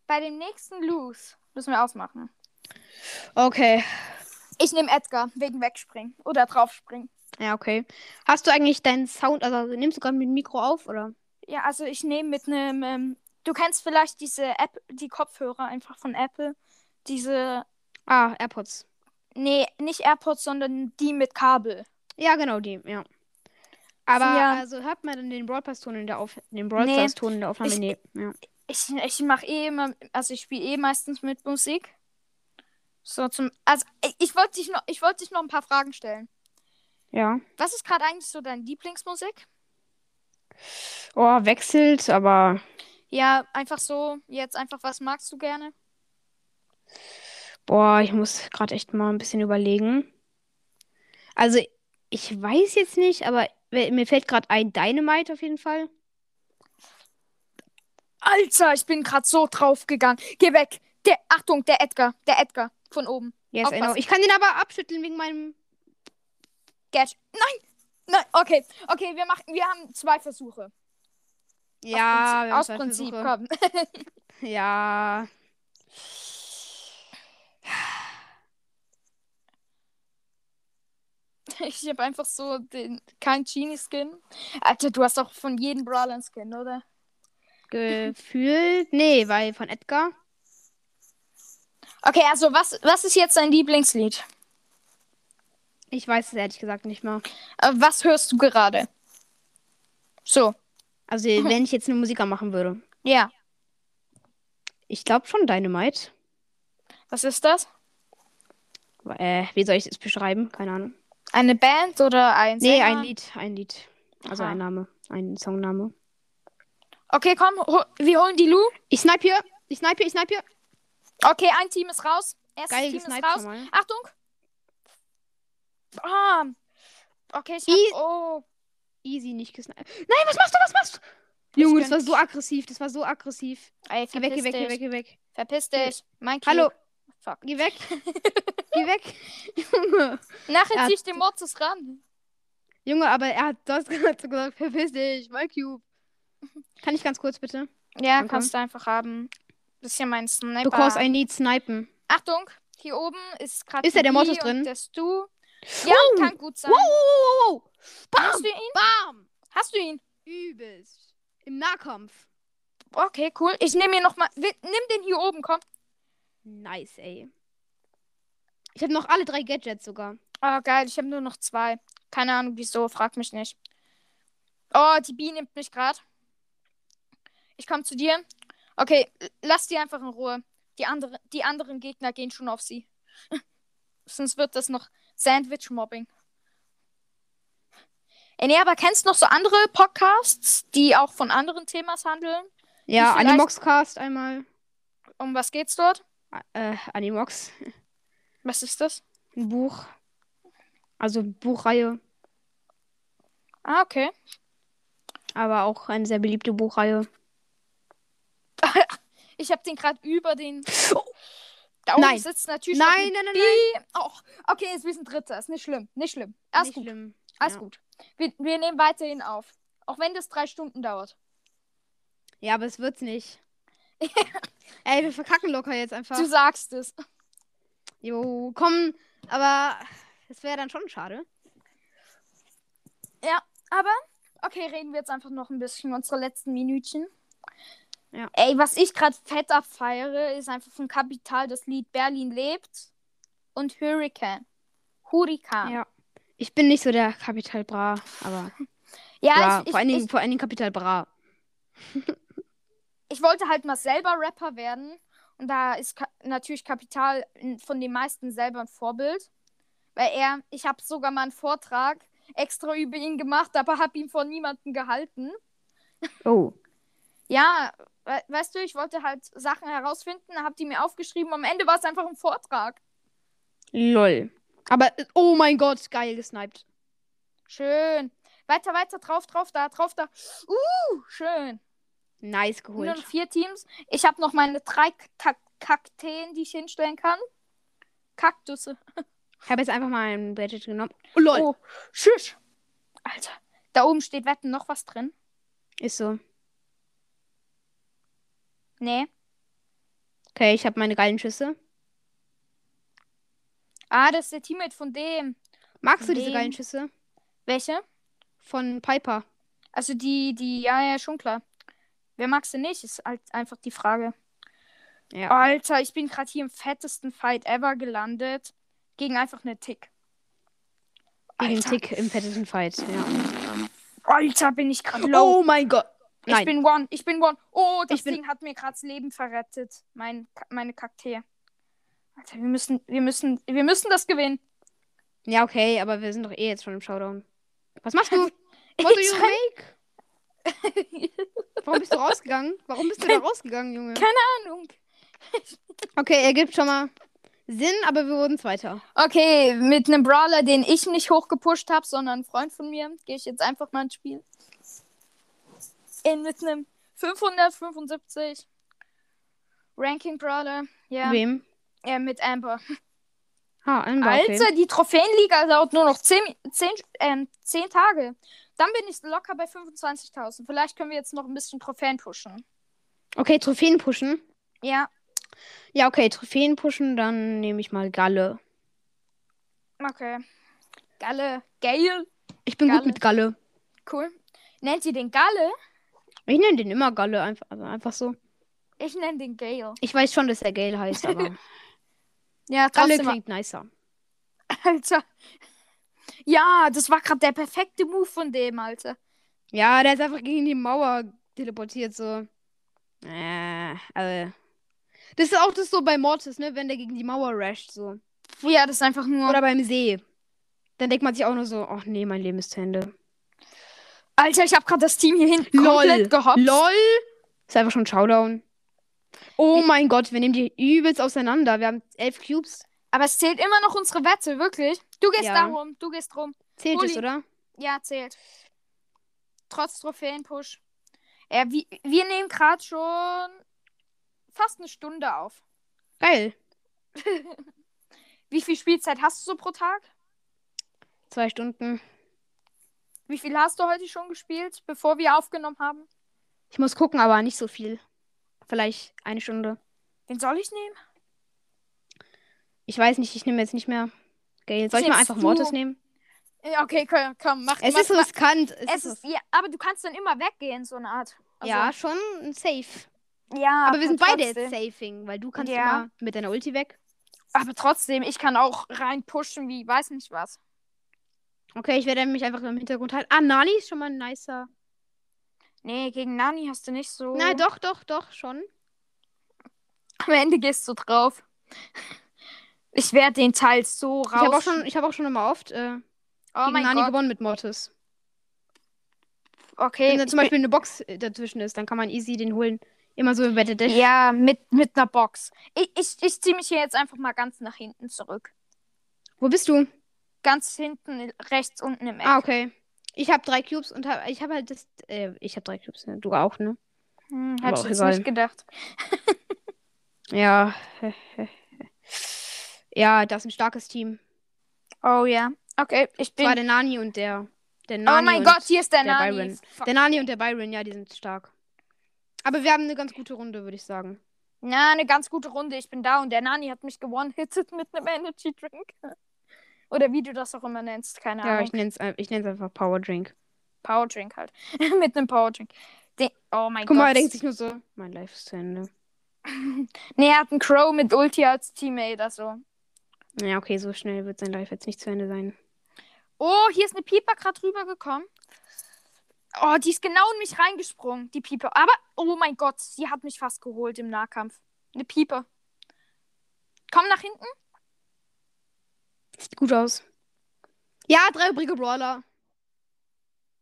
Bei dem nächsten Lose müssen wir ausmachen. Okay. Ich nehme Edgar wegen Wegspringen oder draufspringen. Ja, okay. Hast du eigentlich deinen Sound, also nimmst du gerade mit dem Mikro auf, oder? Ja, also ich nehme mit einem. Ähm, du kennst vielleicht diese App, die Kopfhörer einfach von Apple. Diese. Ah, AirPods. Nee, nicht AirPods, sondern die mit Kabel. Ja, genau, die, ja. Aber Ja. also hört man dann den Broadcast-Ton in der Auf den Broadcast-Ton in der Aufnahme? Ich- nee. Ja. Ich, ich mache eh immer. Also ich spiele eh meistens mit Musik. So zum. Also ich- ich wollte dich, noch- ich wollte dich noch ein paar Fragen stellen. ja. Was ist gerade eigentlich so deine Lieblingsmusik? Oh, wechselt, aber Ja, einfach so. Jetzt einfach, was magst du gerne? boah, ich muss gerade echt mal ein bisschen überlegen. Also, ich weiß jetzt nicht, aber we- mir fällt gerade ein Dynamite auf jeden Fall. Alter, ich bin gerade so draufgegangen. Geh weg. Der, Achtung, der Edgar. Der Edgar. Von oben. Yes, I know. Aufpassen. Ich kann den aber abschütteln wegen meinem. Gash. Nein! Nein, okay. Okay, wir machen. Wir haben zwei Versuche. Ja, wir haben aus zwei Prinzip. Versuche. Komm. Ja. Ich habe einfach so den. Kein Genie-Skin. Alter, du hast doch von jedem Brawler einen Skin, oder? Gefühlt. Nee, weil von Edgar. Okay, also, was, was ist jetzt dein Lieblingslied? Ich weiß es ehrlich gesagt nicht mal. Äh, Was hörst du gerade? So, Also, wenn ich jetzt eine Musiker machen würde. ja. Ich glaube schon Dynamite. Was ist das? Äh, wie soll ich das beschreiben? Keine Ahnung. Eine Band oder ein Nee, Sänger? ein Lied, ein Lied. Also Aha. ein Name, ein Songname. Okay, komm, ho wir holen die Lu. Ich snipe hier, ich snipe hier, ich snipe hier. Okay, ein Team ist raus. Erstes Geil Team ist gesniped schon raus. mal. Achtung! Ah. Okay, ich I- hab, oh. Easy, nicht gesniped. Nein, was machst du, was machst du? Junge, das war gönn so aggressiv, das war so aggressiv. Ey, Geh weg, verpiss geh weg, dich. geh weg, geh weg. Verpiss dich. Mein Kiel. Hallo, Fuck. geh weg. geh weg. Junge. Nachher Ja. zieh ich den Mortis ran. Junge, aber er hat das gerade so gesagt, verpiss dich, my Cube. Kann ich ganz kurz bitte? Ja, Okay. kannst du einfach haben. Das ist ja mein Sniper. Because I need snipen. Achtung, hier oben ist gerade. Ist da der die Mortis und drin? Der Stu. Ja, Oh. kann gut sein. Wow, wow, wow, wow. Hast Bam, du ihn? bam. Hast du ihn? Übelst. Im Nahkampf. Okay, cool. Ich nehme ihn nochmal. Nimm den hier oben, komm. Nice, ey. Ich habe noch alle drei Gadgets sogar. Ah, geil, ich habe nur noch zwei. Keine Ahnung wieso, frag mich nicht. Oh, die Biene nimmt mich gerade. Ich komme zu dir. Okay, l- lass die einfach in Ruhe. Die, andere, die anderen Gegner gehen schon auf sie. Sonst wird das noch Sandwich-Mobbing. Ey, nee, aber kennst du noch so andere Podcasts, die auch von anderen Themas handeln? Ja, vielleicht- Animoxcast einmal. Um was geht's dort? Äh, Animox. Was ist das? Ein Buch. Also Buchreihe. Ah, okay. Aber auch eine sehr beliebte Buchreihe. Ich habe den gerade über den. Oh. Da oben Nein. sitzt natürlich noch ein Nein, nein, nein, nein. Och, okay, jetzt bist ein Dritter. Ist nicht schlimm. Nicht schlimm. Alles Nicht gut. schlimm. Alles ja. gut. Wir, wir nehmen weiterhin auf. Auch wenn das drei Stunden dauert. Ja, aber es wird's nicht. Ey, wir verkacken locker jetzt einfach. Du sagst es. Jo, komm. Aber es wäre dann schon schade. Aber, okay, reden wir jetzt einfach noch ein bisschen unsere letzten Minütchen. Ja. Ey, was ich gerade fett abfeiere, ist einfach von Kapital das Lied Berlin lebt und Hurricane. Hurrikan. Ja. Ich bin nicht so der Kapital Bra, aber Ja, Bra. ich, ich, vor allen Dingen, ich, vor allen Dingen Kapital Bra. ich wollte halt mal selber Rapper werden. Und da ist Ka natürlich Kapital n- von den meisten selber ein Vorbild. Weil er, ich habe sogar mal einen Vortrag extra über ihn gemacht, aber habe ihn von niemandem gehalten. Oh. Ja, we weißt du, ich wollte halt Sachen herausfinden, habe die mir aufgeschrieben. Am Ende war es einfach ein Vortrag. Lol. Aber, oh mein Gott, geil gesniped. Schön. Weiter, weiter, drauf, drauf, da, drauf, da. Uh, schön. Nice Nur geholt. noch vier Teams. Ich habe noch meine drei Kak Kakteen, die ich hinstellen kann. Kaktusse. Ich habe jetzt einfach mal ein Gadget genommen. Oh, lol. Oh, tschüss. Alter, da oben steht Wetten noch was drin. Ist so. Nee. Okay, ich habe meine geilen Schüsse. Ah, das ist der Teammate von dem. Magst du Von diese dem- geilen Schüsse? Welche? Von Piper. Also die, die, ja, ja, schon klar. Wer magst du nicht? Ist halt einfach die Frage. Ja. Alter, ich bin gerade hier im fettesten Fight ever gelandet. Gegen einfach eine Tick. Gegen den Alter, Tick im fettesten Fight. Ja. Alter bin ich gerade low. Oh mein Gott. Ich Nein. bin one, ich bin one. Oh, das Ich bin- Ding hat mir gerade das Leben verrettet. Mein, meine Kakteen. Alter, wir müssen, wir müssen, wir müssen das gewinnen. Ja, okay, aber wir sind doch eh jetzt schon im Showdown. Was machst du? What do you Ich- make? Warum bist du rausgegangen? Warum bist du da rausgegangen, Junge? Ahnung. Okay, er gibt schon mal Sinn, aber wir wurden Zweiter. Okay, mit einem Brawler, den ich nicht hochgepusht habe, sondern ein Freund von mir, gehe ich jetzt einfach mal ins Spiel. In, mit einem 575 Ranking Brawler. Ja, Wem? äh, mit Amber. Ah, Amber, okay. Alter, die Trophäenliga dauert nur noch 10, 10, ähm, 10 Tage. Dann bin ich locker bei 25.000. Vielleicht können wir jetzt noch ein bisschen Trophäen pushen. Okay, Trophäen pushen. Ja, Ja, okay, Trophäen pushen, dann nehme ich mal Galle. okay. Galle. Gale. Ich bin Galle. gut mit Galle. Cool. Nennt ihr den Galle? Ich nenne den immer Galle, einfach, also einfach so. Ich nenne den Gale. Ich weiß schon, dass er Gale heißt, aber Ja, Galle trotzdem klingt nicer. Alter. Ja, das war gerade der perfekte Move von dem, Alter. Ja, der ist einfach gegen die Mauer teleportiert, so. Äh, also. Das ist auch das so bei Mortis, ne? Wenn der gegen die Mauer rasht, so. Ja, das ist einfach nur. Oder beim See. Dann denkt man sich auch nur so, ach nee, mein Leben ist zu Ende. Alter, ich habe gerade das Team hier hinten Lol. komplett gehopst. LOL! Ist einfach schon Showdown. Oh mein Gott, wir nehmen die übelst auseinander. Wir haben elf Cubes. Aber es zählt immer noch unsere Wette, wirklich. Du gehst Ja. da rum, du gehst rum. Zählt es, Uli. oder? Ja, zählt. Trotz Trophäenpush. Ja, wir, wir nehmen gerade schon fast eine Stunde auf. Geil. Wie viel Spielzeit hast du so pro Tag? Zwei Stunden. Wie viel hast du heute schon gespielt, bevor wir aufgenommen haben? Ich muss gucken, aber nicht so viel. Vielleicht eine Stunde. Wen soll ich nehmen? Ich weiß nicht, ich nehme jetzt nicht mehr. Gale. Soll ich mal nimmst einfach du? Mortis nehmen? Ja, Okay, komm, komm mach Es mach- ist riskant. Es Es ist ist, ja, aber du kannst dann immer weggehen, so eine Art. Also, Ja, schon safe. ja. Aber wir sind beide jetzt trotzdem. safing, weil du kannst Ja. immer mit deiner Ulti weg. Aber trotzdem, ich kann auch rein pushen, wie weiß nicht was. Okay, ich werde mich einfach im Hintergrund halten. Ah, Nani ist schon mal ein nicer. Nee, gegen Nani hast du nicht so. Na, doch, doch, doch, schon. Am Ende gehst du drauf. Ich werde den Teil so raus. Ich habe auch schon, ich habe auch schon immer oft Oh äh, gegen mein Nani Gott. gewonnen mit Mortis. Okay. Wenn da ich zum Beispiel eine Box äh, dazwischen ist, dann kann man easy den holen. Immer so über der bin- Dash. Ja, mit, mit einer Box. Ich, ich, ich ziehe mich hier jetzt einfach mal ganz nach hinten zurück. Wo bist du? Ganz hinten, rechts unten im Eck. Ah, okay. Ich habe drei Cubes und hab, ich habe halt das. Äh, ich habe drei Cubes. ne? Du auch, ne? Hm, Aber hätte auch ich jetzt egal. nicht gedacht. Ja. Ja, das ist ein starkes Team. Oh ja. Okay, ich Das war bin. der Nani und der. der Oh Nani mein und- Gott, hier ist der, der Nani. Byron. Fuck. Der Nani und der Byron, ja, die sind stark. Aber wir haben eine ganz gute Runde, würde ich sagen. Na, eine ganz gute Runde. Ich bin da und der Nani hat mich gewonnen, hittet mit einem Energy Drink. Oder wie du das auch immer nennst, keine Ja, ich Ahnung. nenne es ich nenn's einfach Power Drink. Power Drink halt. mit einem Power Drink. Den, oh mein Guck mal, er Gott. denkt sich nur so, mein Life ist zu Ende. nee, er hat einen Crow mit Ulti als Teammate, also. Ja, okay, so schnell wird sein Life jetzt nicht zu Ende sein. Oh, hier ist eine Pieper gerade rübergekommen. Oh, die ist genau in mich reingesprungen, die Pieper. Aber, oh mein Gott, sie hat mich fast geholt im Nahkampf. Eine Pieper. Komm nach hinten. Sieht gut aus. Ja, drei übrige Brawler.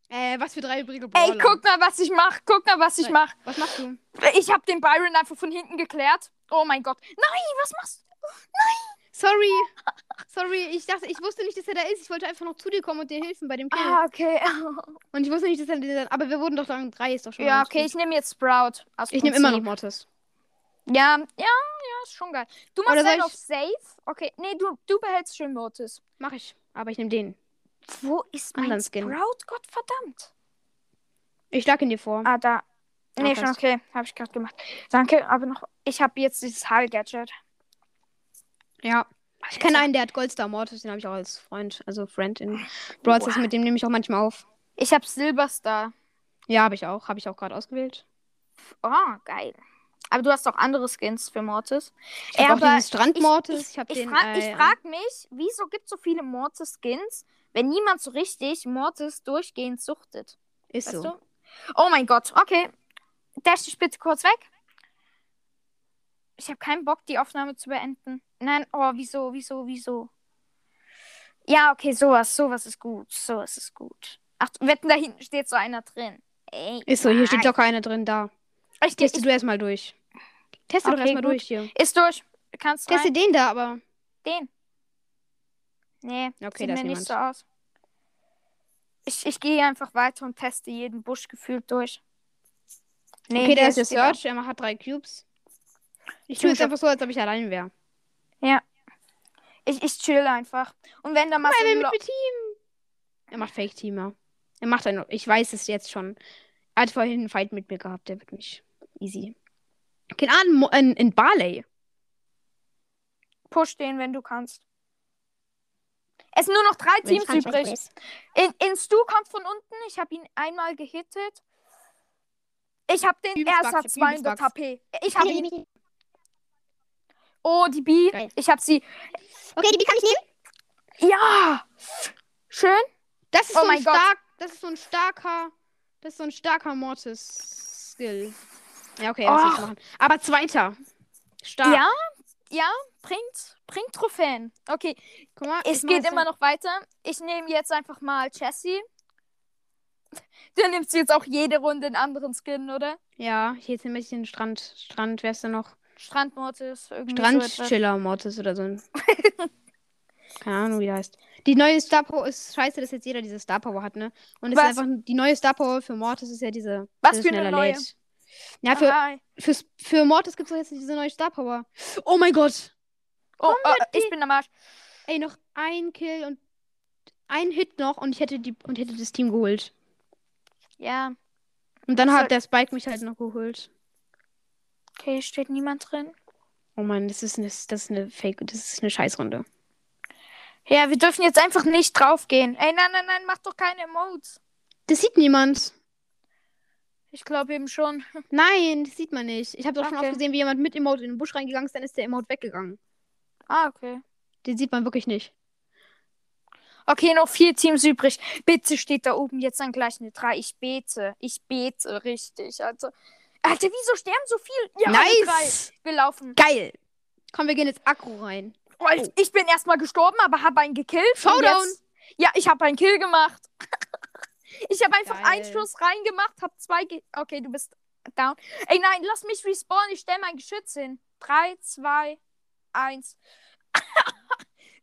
Äh, was für drei übrige Brawler? Ey, guck mal, was ich mach. Guck mal, was ich Nein. mach. Was machst du? Ich habe den Byron einfach von hinten geklärt. Oh mein Gott. Nein, was machst du? Sorry. Sorry, ich dachte, ich wusste nicht, dass er da ist. Ich wollte einfach noch zu dir kommen und dir helfen bei dem Kill. Ah, okay. Und ich wusste nicht, dass er. Aber wir wurden doch dann drei, ist doch schon. Ja, ganz okay, gut. ich nehme jetzt Sprout. aus Ich nehme immer noch Prinzip. Mortis. Ja, ja, ja, ist schon geil. Du Oder machst soll halt ich- auf Safe. Okay, nee, du, du behältst schon Mortis. Mach ich. Aber ich nehme den. Wo ist mein Anderen Ah, Skin. Sprout? Gott verdammt. Ich schlag ihn dir vor. Ah, da. Nee, schon okay. Habe ich gerade gemacht. Danke, aber noch. Ich habe jetzt dieses Hall-Gadget. Ja. Ich also kenne einen, der hat Goldstar Mortis, den habe ich auch als Freund, also Friend in Brawl Stars, mit dem nehme ich auch manchmal auf. Ich habe Silberstar. Ja, habe ich auch, habe ich auch gerade ausgewählt. Oh, geil. Aber du hast auch andere Skins für Mortis. Ich habe Ja, auch diesen Strand Mortis, ich, habe Ich, den frag, ich äh, frag mich, wieso gibt es so viele Mortis-Skins, wenn niemand so richtig Mortis durchgehend suchtet? ist Weißt so. du? Oh mein Gott, okay. Dash dich bitte kurz weg. Ich habe keinen Bock, die Aufnahme zu beenden. Nein, oh, wieso, wieso, wieso? Ja, okay, sowas, sowas ist gut. Sowas ist gut. Ach, wetten, da hinten steht so einer drin. Ey, Ist so, hier steht Mann. locker einer drin da. Ich, ich, Teste du erstmal durch. Teste doch Okay, erstmal gut. durch hier. ist durch. Kannst du Teste den da, aber Den. Nee, Okay, sieht da mir ist nicht so aus. Ich, ich gehe einfach weiter und teste jeden Busch gefühlt durch. Nee, okay, hier der ist der steht auch- Search, er hat drei Cubes. Ich Ich tue tu jetzt schon- einfach so, als ob ich allein wäre. Ich, ich chill einfach. Und wenn da mal so Er will ein mit Lo- mir Team. Er macht Fake-Teamer. Er macht ein. Ich weiß es jetzt schon. Er hat vorhin einen Fight mit mir gehabt, der wird mich. Easy. Keine Ahnung, Mo- in, in Barley. Push den, wenn du kannst. Es sind nur noch drei Wenn ich Teams kann, ich übrig. weiß. In, in Stu kommt von unten. Ich habe ihn einmal gehittet. Ich habe den. Übelst Er Bugs, ich hab hat übelst 200 Bugs. HP. Ich habe ihn. Oh, die B. Geil. Ich habe sie. Okay, die kann ich nehmen. Ja. Schön. Das ist Oh so ein mein Gott. stark. Das ist so ein starker. Das ist so ein starker Mortis-Skill. Ja, okay, das Oh. soll ich machen. Aber zweiter. Stark. Ja, ja, bringt, bringt Trophäen. Okay, Guck mal, es ich mach geht jetzt- immer noch weiter. Ich nehme jetzt einfach mal Jessie. Du nimmst jetzt auch jede Runde einen anderen Skin, oder? Ja, hier jetzt nehme ich den Strand. Strand, wer ist denn noch? Strandmortis, irgendwie so etwas. Strandchiller Mortis oder so. ein- Keine Ahnung, wie der heißt. Die neue Star Power ist scheiße, dass jetzt jeder diese Star Power hat, ne? Und es ist Was? einfach die neue Star Power für Mortis ist ja diese. Was dass für es eine schneller neue? Ah. lädt. Ja, für, Hi. für, für Mortis gibt es doch jetzt diese neue Star Power. Oh mein Gott! Oh, oh, ich bin am Arsch. Ey, noch ein Kill und ein Hit noch und ich hätte die und hätte das Team geholt. Ja, Und dann Soll- hat der Spike mich halt noch geholt. okay, steht niemand drin. Oh Mann, das ist eine, das ist eine Fake, das ist eine Scheißrunde. Ja, wir dürfen jetzt einfach nicht draufgehen. Ey, nein, nein, nein, mach doch keine Emotes. Das sieht niemand. Ich glaube eben schon. Nein, das sieht man nicht. Ich habe doch schon Okay. oft gesehen, wie jemand mit Emote in den Busch reingegangen ist, dann ist der Emote weggegangen. Ah, okay. Den sieht man wirklich nicht. Okay, noch vier Teams übrig. Bitte steht da oben jetzt dann gleich eine 3. Ich bete. Ich bete richtig. Also, Alter, wieso sterben so viel? Ja, eine drei. nice! Wir laufen. Geil! Komm, wir gehen jetzt Akku rein. Oh, Alter, Ich bin erstmal gestorben, aber habe einen gekillt. und Showdown. jetzt- Ja, ich habe einen Kill gemacht. ich habe einfach Geil. einen Schuss reingemacht, habe zwei. Ge okay, du bist down. Ey, nein, lass mich respawnen. Ich stelle mein Geschütz hin. 3, 2, 1.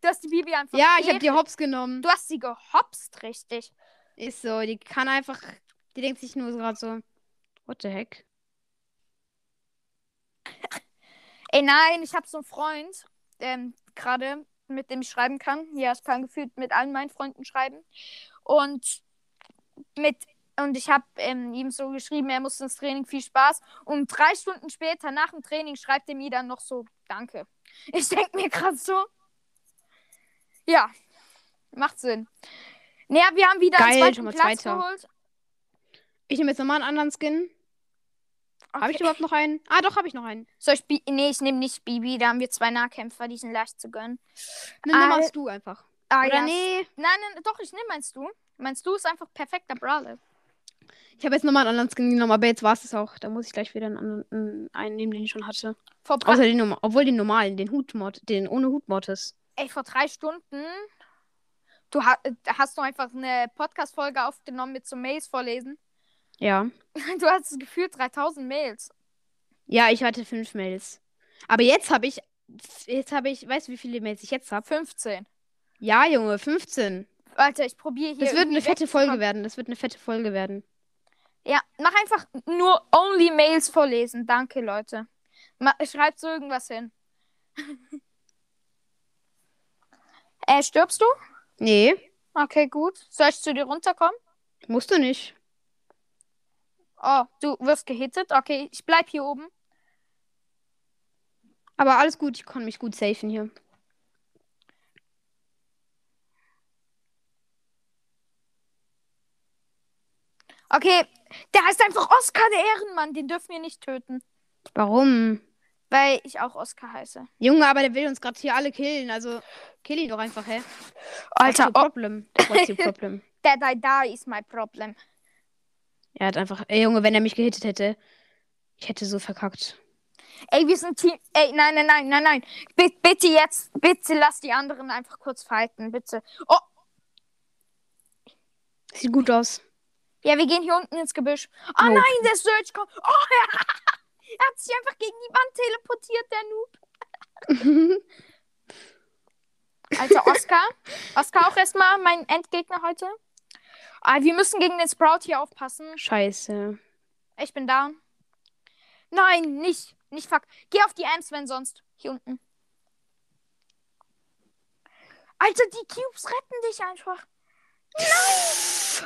Du hast die Bibi einfach. Ja, ich habe ge- die Hops genommen. Du hast sie gehopst, richtig. Ist so, die kann einfach. Die denkt sich nur gerade so. What the heck? Ey, nein, ich habe so einen Freund, ähm, gerade, mit dem ich schreiben kann. Ja, ich kann gefühlt mit allen meinen Freunden schreiben. Und mit und ich habe ähm, ihm so geschrieben, er muss ins Training, viel Spaß. Und drei Stunden später, nach dem Training, schreibt er mir dann noch so, danke. Ich denke mir gerade so, ja, macht Sinn. Naja, wir haben wieder Geil, einen zweiten schon mal Platz Zweiter. geholt. Ich nehme jetzt nochmal einen anderen Skin. Habe ich Okay. überhaupt noch einen? Ah, doch, habe ich noch einen. Soll ich Bi nee, ich nehme nicht Bibi, da haben wir zwei Nahkämpfer, die sind leicht zu gönnen. Dann nimm Al- machst du einfach. Ah, Oder ja, nee. Nein, nein, doch, ich nehme meinst du. Meinst du ist einfach perfekter Brawler. Ich habe jetzt nochmal einen anderen Skin genommen, aber jetzt war es das auch. Da muss ich gleich wieder einen, anderen- einen nehmen, den ich schon hatte. Vor, Außer den, norm- obwohl den normalen, den Hutmod, den ohne Hutmortis. ey, vor drei Stunden du ha hast du einfach eine Podcast-Folge aufgenommen mit so Mails vorlesen. Ja. Du hast das Gefühl 3000 Mails. Ja, ich hatte fünf Mails. Aber jetzt habe ich. Jetzt habe ich. Weißt du, wie viele Mails ich jetzt habe? 15. Ja, Junge, 15. Alter, ich probiere hier. Das wird eine irgendwie fette Folge wegzukommen. werden. Das wird eine fette Folge werden. Ja, mach einfach nur only Mails vorlesen. Danke, Leute. Ma schreib so irgendwas hin. äh, stirbst du? Nee, Okay, gut. Soll ich zu dir runterkommen? musst du nicht. Oh, du wirst gehittet. Okay, ich bleib hier oben. Aber alles gut, ich kann mich gut safen hier. Okay, der heißt einfach Oscar der Ehrenmann. Den dürfen wir nicht töten. Warum? Weil ich auch Oscar heiße. Junge, aber der will uns gerade hier alle killen. Also kill ihn doch einfach, hä? Alter, oh. What's your problem? What's your problem? that I die is my problem. er hat einfach. Ey, Junge, wenn er mich gehittet hätte, ich hätte so verkackt. Ey, wir sind Team. Ey, nein, nein, nein, nein, nein. B bitte jetzt, bitte lass die anderen einfach kurz fighten, bitte. Oh, Sieht gut aus. ja, wir gehen hier unten ins Gebüsch. Oh Nope. nein, der Surge kommt. Oh, er, er hat sich einfach gegen die Wand teleportiert, der Noob. Alter, Oscar. Oscar auch erstmal mein Endgegner heute. Ah, wir müssen gegen den Sprout hier aufpassen. Scheiße. Ich bin down. Nein, nicht. Nicht fuck. Geh auf die Amps, wenn sonst. Hier unten. Alter, die Cubes retten dich einfach.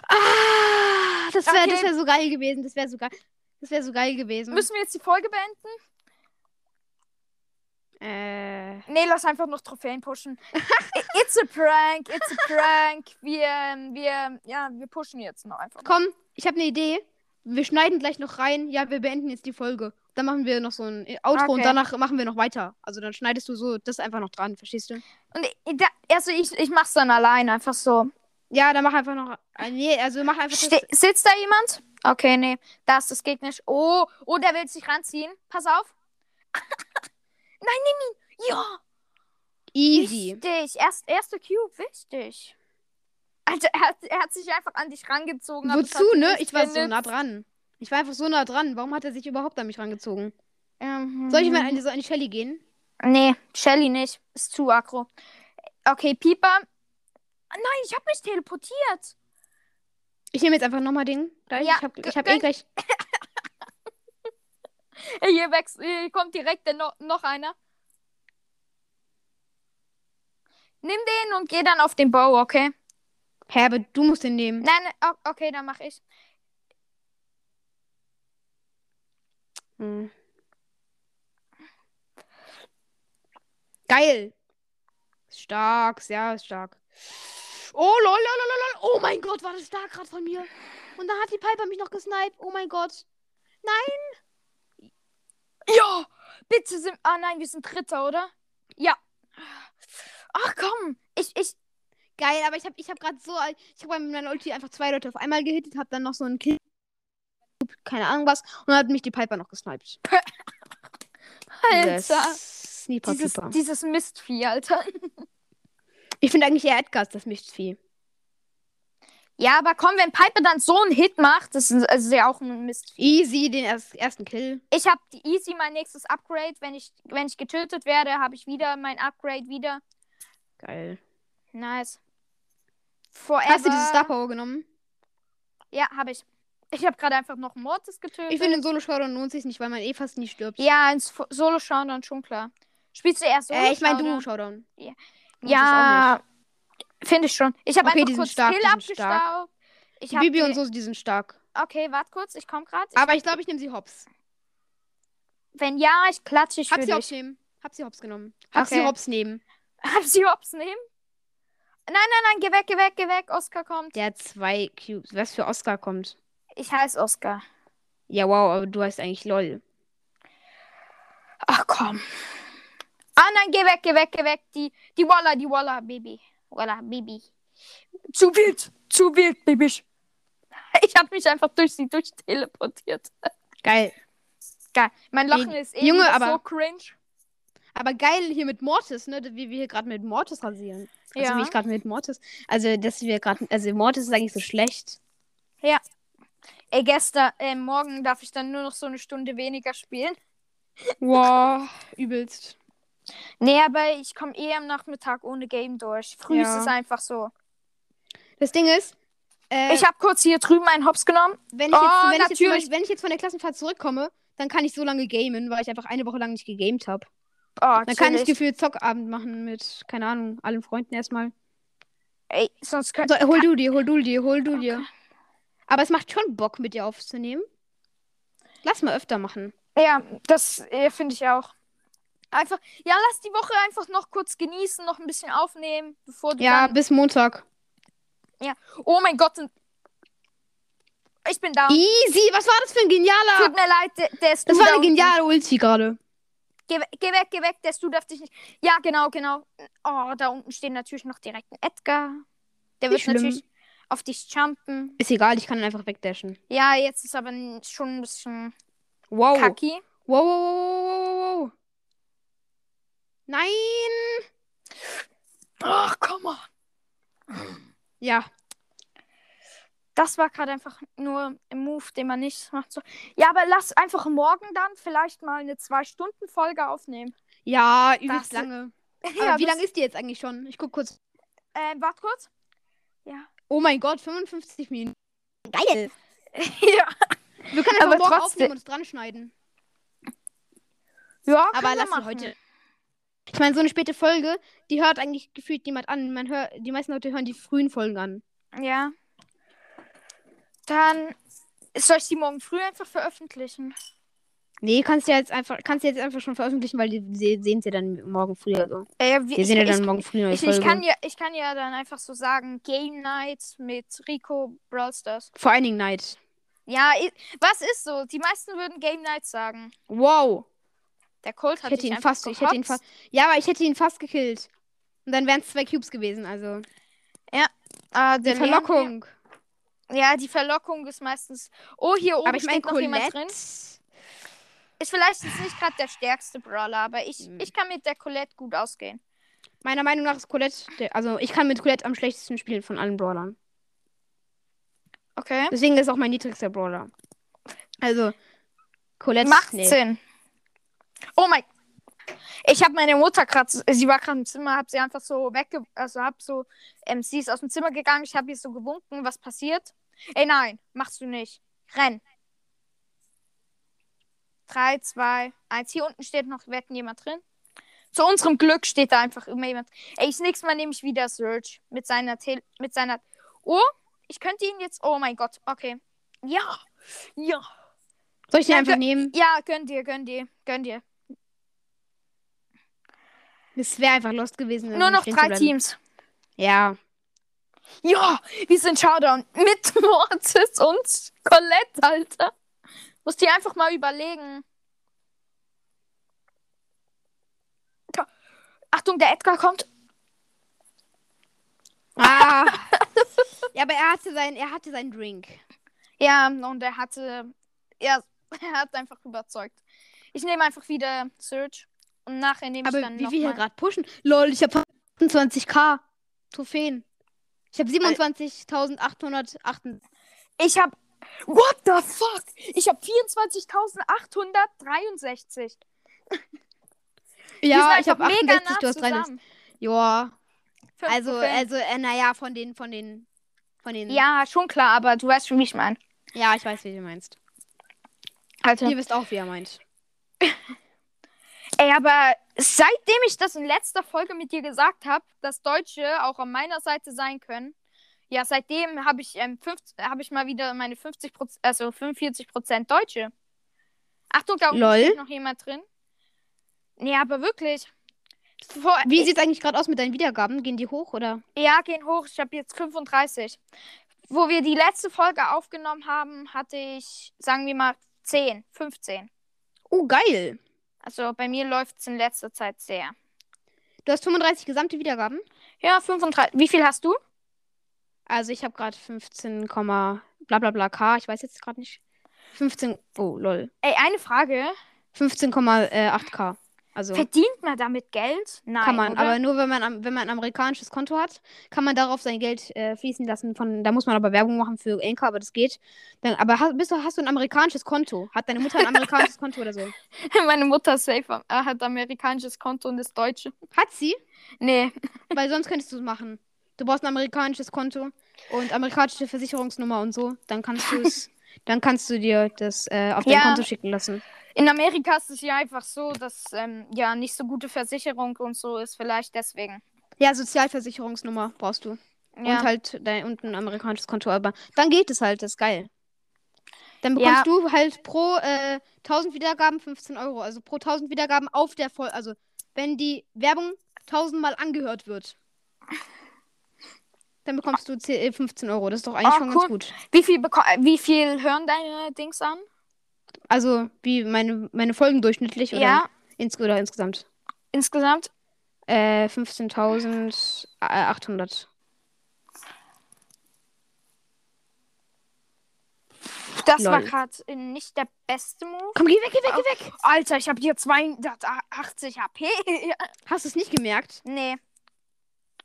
Ah, das wäre Okay. das wär so geil gewesen. Das wäre so geil. Das wäre so geil gewesen. Müssen wir jetzt die Folge beenden? äh, Nee, lass einfach noch Trophäen pushen. I- it's a prank, it's a prank. Wir, ähm, wir, ja, wir pushen jetzt noch einfach. komm, ich habe eine Idee. Wir schneiden gleich noch rein. Ja, wir beenden jetzt die Folge. Dann machen wir noch so ein äh, Outro Okay. und danach machen wir noch weiter. Also dann schneidest du so das einfach noch dran, verstehst du? Und i- da, also ich, ich mach's dann allein, einfach so. Ja, dann mach einfach noch. Ah, Nee, also mach einfach. Ste sitzt da jemand? Okay, nee. Da ist das Gegnisch. Oh, oh, der will sich ranziehen. Pass auf. Nein, nimm ihn. Ja. Easy. Wichtig. Erst, erste Cube, wichtig. Alter, er hat, er hat sich einfach an dich rangezogen. aber es hat Wozu, dir ne? nichts Ich war so genützt. nah dran. Ich war einfach so nah dran. Warum hat er sich überhaupt an mich rangezogen? Ähm, Soll ich mal an, so an die Shelly gehen? Nee, Shelly nicht. Ist zu aggro. Okay, Pieper. Ah, Nein, ich hab mich teleportiert. Ich nehme jetzt einfach nochmal den. Gleich. Ja, ich hab, g- ich hab eh gönn- gleich. Ey, Hier, wächst, hier kommt direkt der no noch einer. Nimm den und geh dann auf den Bow, okay? Hä, aber du musst den nehmen. Nein, nein, o- okay, dann mach ich. Hm. Geil. Ist Stark, sehr stark. Oh, lol, lol, lol, lol, lol. Oh mein Gott, war das stark gerade von mir. Und dann hat die Piper mich noch gesniped. Oh mein Gott. Ja, bitte sind. Ah nein, wir sind Dritter, oder? Ja. Ach komm, ich, ich. Geil, aber ich habe ich hab gerade so. Ich habe mit meiner Ulti einfach zwei Leute auf einmal gehittet, habe dann noch so einen Kill. Keine Ahnung was. Und dann hat mich die Piper noch gesniped. Alter. Das Sniper Dieses, Piper. dieses Mistvieh, Alter. Ich finde eigentlich eher Edgar ist das Mistvieh. Ja, aber komm, wenn Piper dann so einen Hit macht, das ist also ja auch ein Mistvieh. Easy, den erst, ersten Kill. Ich habe die easy mein nächstes Upgrade. Wenn ich, wenn ich getötet werde, habe ich wieder mein Upgrade wieder. Geil. Nice. Forever. Hast du diese Star Power genommen? Ja, habe ich. Ich habe gerade einfach noch Mortis getötet. Ich finde, in solo showdown lohnt sich nicht, weil man eh fast nie stirbt. ja, ins Fo- Solo-Showdown schon klar. Spielst du erst Solo? äh, ich meine Duo-Showdown. Ja. Lohnt Ja, finde ich schon. Ich habe Okay, die einfach sind kurz stark, Skill die sind stark. abgestaubt. sich Ich auch hab nicht. Bibi die- und so, die sind stark. Okay, warte kurz, ich komme gerade. Aber ich glaube, ich nehme sie hops. Wenn ja, ich klatsche ich für Hab sie hops dich. nehmen. Hab sie hops genommen. Hab Okay. sie hops nehmen. Hab sie hops nehmen? Nein, nein, nein, geh weg, geh weg, geh weg. Oscar kommt. Der hat zwei Cubes. Was für Oscar kommt. Ich heiße Oscar. Ja, wow, aber du heißt eigentlich LOL. Ach komm. Ah nein, geh weg, geh weg, geh weg. Die, die Walla, die Walla, Baby. Walla, Baby. Zu wild, zu wild, Baby. Ich habe mich einfach durch sie durchteleportiert. Geil. Geil. Mein Lachen Ey, ist eh Junge, wieder so aber- cringe. Aber geil hier mit Mortis, ne? Wie wir hier gerade mit Mortis rasieren. Also wie ich gerade mit Mortis. Also, dass wir gerade. Also Mortis ist eigentlich so schlecht. Ey, gestern, äh, morgen darf ich dann nur noch so eine Stunde weniger spielen. Wow, übelst. Nee, aber ich komme eh am Nachmittag ohne Game durch. Früh Ja. ist es einfach so. Das Ding ist, äh, ich habe kurz hier drüben einen Hops genommen. wenn, ich Oh, jetzt, wenn, ich jetzt, zum natürlich. Beispiel- wenn ich jetzt von der Klassenfahrt zurückkomme, dann kann ich so lange gamen, weil ich einfach eine Woche lang nicht gegamed habe. Oh, Dann kann ich chillig. gefühlt Zockabend machen mit, keine Ahnung, allen Freunden erstmal. Ey, sonst könnte. So, hol du dir, hol du dir, hol du dir. Aber es macht schon Bock, mit dir aufzunehmen. Lass mal öfter machen. Ja, das äh, finde ich auch. Einfach, ja, lass die Woche einfach noch kurz genießen, noch ein bisschen aufnehmen, bevor du Ja, dann... bis Montag. Oh mein Gott, sind- ich bin down. Easy, was war das für ein genialer. Tut mir leid, der, der ist Das du war da eine unten. geniale Ulti gerade. Geh, we- geh weg, geh weg, der Stu darf dich nicht. Ja, genau, genau. Oh, da unten stehen natürlich noch direkt ein Edgar. Der wird Nicht schlimm. natürlich auf dich jumpen. Ist egal, ich kann ihn einfach wegdashen. Ja, jetzt ist aber n- schon ein bisschen Wow. Wow, kacki. wow, wow, wow, wow, wow. Nein. Ach, komm mal. Ja. Das war gerade einfach nur ein Move, den man nicht macht. So. Ja, aber lass einfach morgen dann vielleicht mal eine Zwei-Stunden-Folge aufnehmen. Ja, übelst Das- lange. Aber ja, wie das- lange ist die jetzt eigentlich schon? Ich guck kurz. Äh, warte kurz. Ja. Oh mein Gott, 55 Minuten. Geil. ja. Wir können einfach Aber morgen trotzdem- aufnehmen und es dran schneiden. Ja, Aber können wir lass mal machen. heute. Ich meine, so eine späte Folge, die hört eigentlich gefühlt niemand an. Man hört, die meisten Leute hören die frühen Folgen an. Ja. Dann soll ich die morgen früh einfach veröffentlichen. Nee, kannst du ja jetzt einfach, kannst du jetzt einfach schon veröffentlichen, weil die se- sehen sie dann morgen früh. Also. Äh, Die sehen ja dann morgen früh eine ich, Folge. ich, kann ja, ich kann ja dann einfach so sagen, Game Night mit Rico Brawl Stars. Vor allen Dingen Night. Ja, i- was ist so? Die meisten würden Game Night sagen. Wow. Der Colt Ich hat hätte dich ihn einfach fast, ich hätte ihn gehopst. fast. Ja, aber ich hätte ihn fast gekillt. Und dann wären es zwei Cubes gewesen, also. Ah, Die der Leon- Verlockung. Ja, die Verlockung ist meistens. Oh, hier oben aber ich meine, steht noch jemand Colette. drin. Ist vielleicht jetzt nicht gerade der stärkste Brawler, aber ich, Hm. ich kann mit der Colette gut ausgehen. Meiner Meinung nach ist Colette, der, also ich kann mit Colette am schlechtesten spielen von allen Brawlern. Okay. Deswegen ist auch mein niedrigster Brawler. Also, Colette. Macht nee. Sinn. Oh mein. Ich habe meine Mutter gerade, sie war gerade im Zimmer, habe sie einfach so wegge... Also hab so, ähm, sie ist aus dem Zimmer gegangen, ich habe ihr so gewunken, was passiert? Ey, nein, machst du nicht. Renn. Drei, zwei, eins. Hier unten steht noch, wetten jemand drin? Zu unserem Glück steht da einfach immer jemand. Ey, das nächste Mal nehme ich wieder Surge mit seiner Tele mit seiner. Oh, ich könnte ihn jetzt. Oh mein Gott, okay. Ja, ja. Soll ich den Nein, einfach wir- nehmen? Ja, gönn dir, gönn dir, gönn dir. Das wäre einfach lost gewesen. Nur um noch stehen zu drei bleiben. Teams. Ja. Ja, wir sind Showdown mit Mortis und Colette, Alter. Muss dir einfach mal überlegen. Ta- Achtung, der Edgar kommt. Ah. ja, aber er hatte, sein, er hatte seinen Drink. Ja, und er hatte. Ja, er hat einfach überzeugt. Ich nehme einfach wieder Surge. Und nachher nehme ich Aber dann wie noch wir hier mal. gerade pushen. Lol, ich habe 28k Trophäen. Ich habe 27.808. Ich hab. What the fuck? Ich hab 24.863. Wir sind Ja, ich einfach habe 68, nah du hast 93. zusammen. Ja, Fünf also, Trophäen. also, äh, naja, von den, von den, von den. äh, Ja, schon klar, aber du weißt schon, wie ich meine. Ja, ich weiß, wie du meinst. Alter. Ihr wisst auch, wie er meint. Ey, aber seitdem ich das in letzter Folge mit dir gesagt habe, dass Deutsche auch an meiner Seite sein können, ja, seitdem habe ich, ähm, fünf- hab ich mal wieder meine 50 also 45 Prozent Deutsche. Achtung, da unten Lol. steht noch jemand drin. Nee, aber wirklich. Vor, Wie sieht's eigentlich gerade aus mit deinen Wiedergaben? Gehen die hoch oder? Ja, gehen hoch. Ich habe jetzt 35. Wo wir die letzte Folge aufgenommen haben, hatte ich, sagen wir mal, 10, 15. Oh, geil. Also bei mir läuft es in letzter Zeit sehr. Du hast 35 gesamte Wiedergaben? Ja, 35. Wie viel hast du? Also, ich habe gerade 15, bla bla bla K. Ich weiß jetzt gerade nicht. 15, oh, lol. Ey, eine Frage. 15,8k. Also. Verdient man damit Geld? Nein. Kann man, oder? aber nur wenn man, am- wenn man ein amerikanisches Konto hat, kann man darauf sein Geld äh, fließen lassen. Von, da muss man aber Werbung machen für Enka, aber das geht. Dann, aber hast, bist du, hast du ein amerikanisches Konto? Hat deine Mutter ein amerikanisches Konto oder so? Meine Mutter ist safe. Er hat amerikanisches Konto und ist Deutsche. Hat sie? Nee. Weil sonst könntest du es machen. Du brauchst ein amerikanisches Konto und amerikanische Versicherungsnummer und so. Dann kannst du es, dann kannst du dir das äh, auf dein Ja. Konto schicken lassen. In Amerika ist es ja einfach so, dass ähm, ja nicht so gute Versicherung und so ist. Vielleicht deswegen. Ja, Sozialversicherungsnummer brauchst du. Ja. halt, Und halt dein, und ein amerikanisches Konto, aber dann geht es halt, das ist geil. Dann bekommst du halt pro äh, 1000 Wiedergaben 15 Euro. Also pro 1000 Wiedergaben auf der Folge. Also wenn die Werbung 1000 Mal angehört wird, dann bekommst du 10, äh, 15 Euro. Das ist doch eigentlich Oh, schon cool. ganz gut. Wie viel, beko- äh, wie viel hören deine Dings an? Also wie meine, meine Folgen durchschnittlich oder, Ja, ins, oder insgesamt? insgesamt. Äh, 15.800. Das war Lol. gerade äh, nicht der beste Move. Komm, geh weg, geh weg, geh weg. Alter, ich habe hier 280 HP. Ja. Hast du es nicht gemerkt? nee,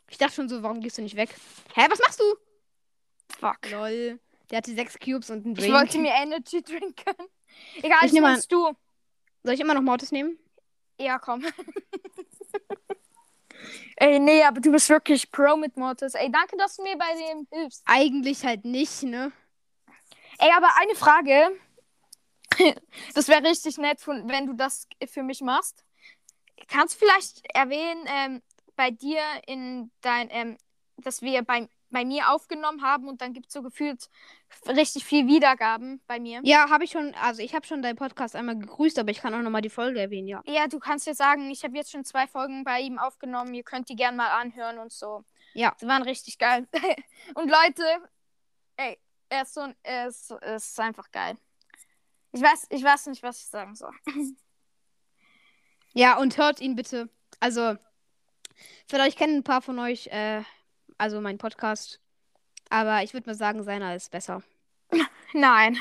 Ich dachte schon so, warum gehst du nicht weg? Hä, was machst du? fuck. Lol. Der hatte sechs Cubes und einen Drink. Ich wollte mir Energy trinken. Egal, Ich ich nehm mal- nimmst du. Soll ich immer noch Mortis nehmen? Ja, komm. Ey, nee, aber du bist wirklich Pro mit Mortis. Ey, danke, dass du mir bei dem hilfst. Eigentlich halt nicht, ne? Ey, aber eine Frage. Das wäre richtig nett, von, wenn du das für mich machst. Kannst du vielleicht erwähnen, ähm, bei dir in dein, ähm, dass wir bei, bei mir aufgenommen haben und dann gibt es so gefühlt richtig viel Wiedergaben bei mir. Ja, habe ich schon. Also, ich habe schon deinen Podcast einmal gegrüßt, aber ich kann auch nochmal die Folge erwähnen, ja. Ja, du kannst jetzt sagen, ich habe jetzt schon zwei Folgen bei ihm aufgenommen. Ihr könnt die gern mal anhören und so. Ja. Die waren richtig geil. und Leute, ey, er ist so ein, er ist, er ist einfach geil. Ich weiß, ich weiß nicht, was ich sagen soll. Ja, und hört ihn bitte. Also, vielleicht kennen ein paar von euch, äh, also meinen Podcast. Aber ich würde mal sagen, seiner ist besser. Nein.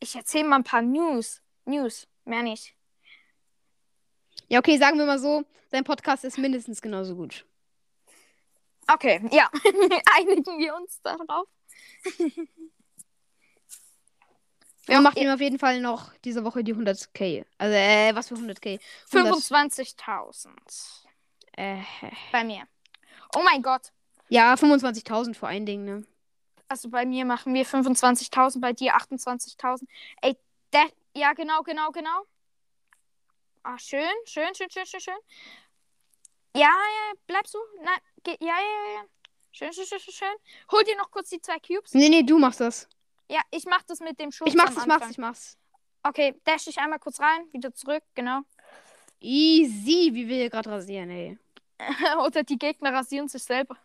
Ich erzähle mal ein paar News. News, mehr nicht. Ja, okay, sagen wir mal so, sein Podcast ist mindestens genauso gut. Okay, ja. Einigen wir uns darauf. Wir eh. machen ihm auf jeden Fall noch diese Woche die 100k. Also, äh, was für 100k? 100, 25.000 äh, bei mir. Oh mein Gott. ja, 25.000 vor allen Dingen, ne? Also bei mir machen wir 25.000, bei dir 28.000. Ey, der, ja, genau, genau, genau. Ah, schön, schön, schön, schön, schön, schön. Ja, ja, bleibst du? Nein, geh, ja, ja, ja. Schön, schön, schön, schön, schön. Hol dir noch kurz die zwei Cubes. Nee, nee, du machst das. Ja, ich mach das mit dem Schuss. Ich mach's, am ich mach's, Anfang. ich mach's. Okay, dash dich einmal kurz rein, wieder zurück, genau. Easy, wie wir hier gerade rasieren, ey. Oder die Gegner rasieren sich selber.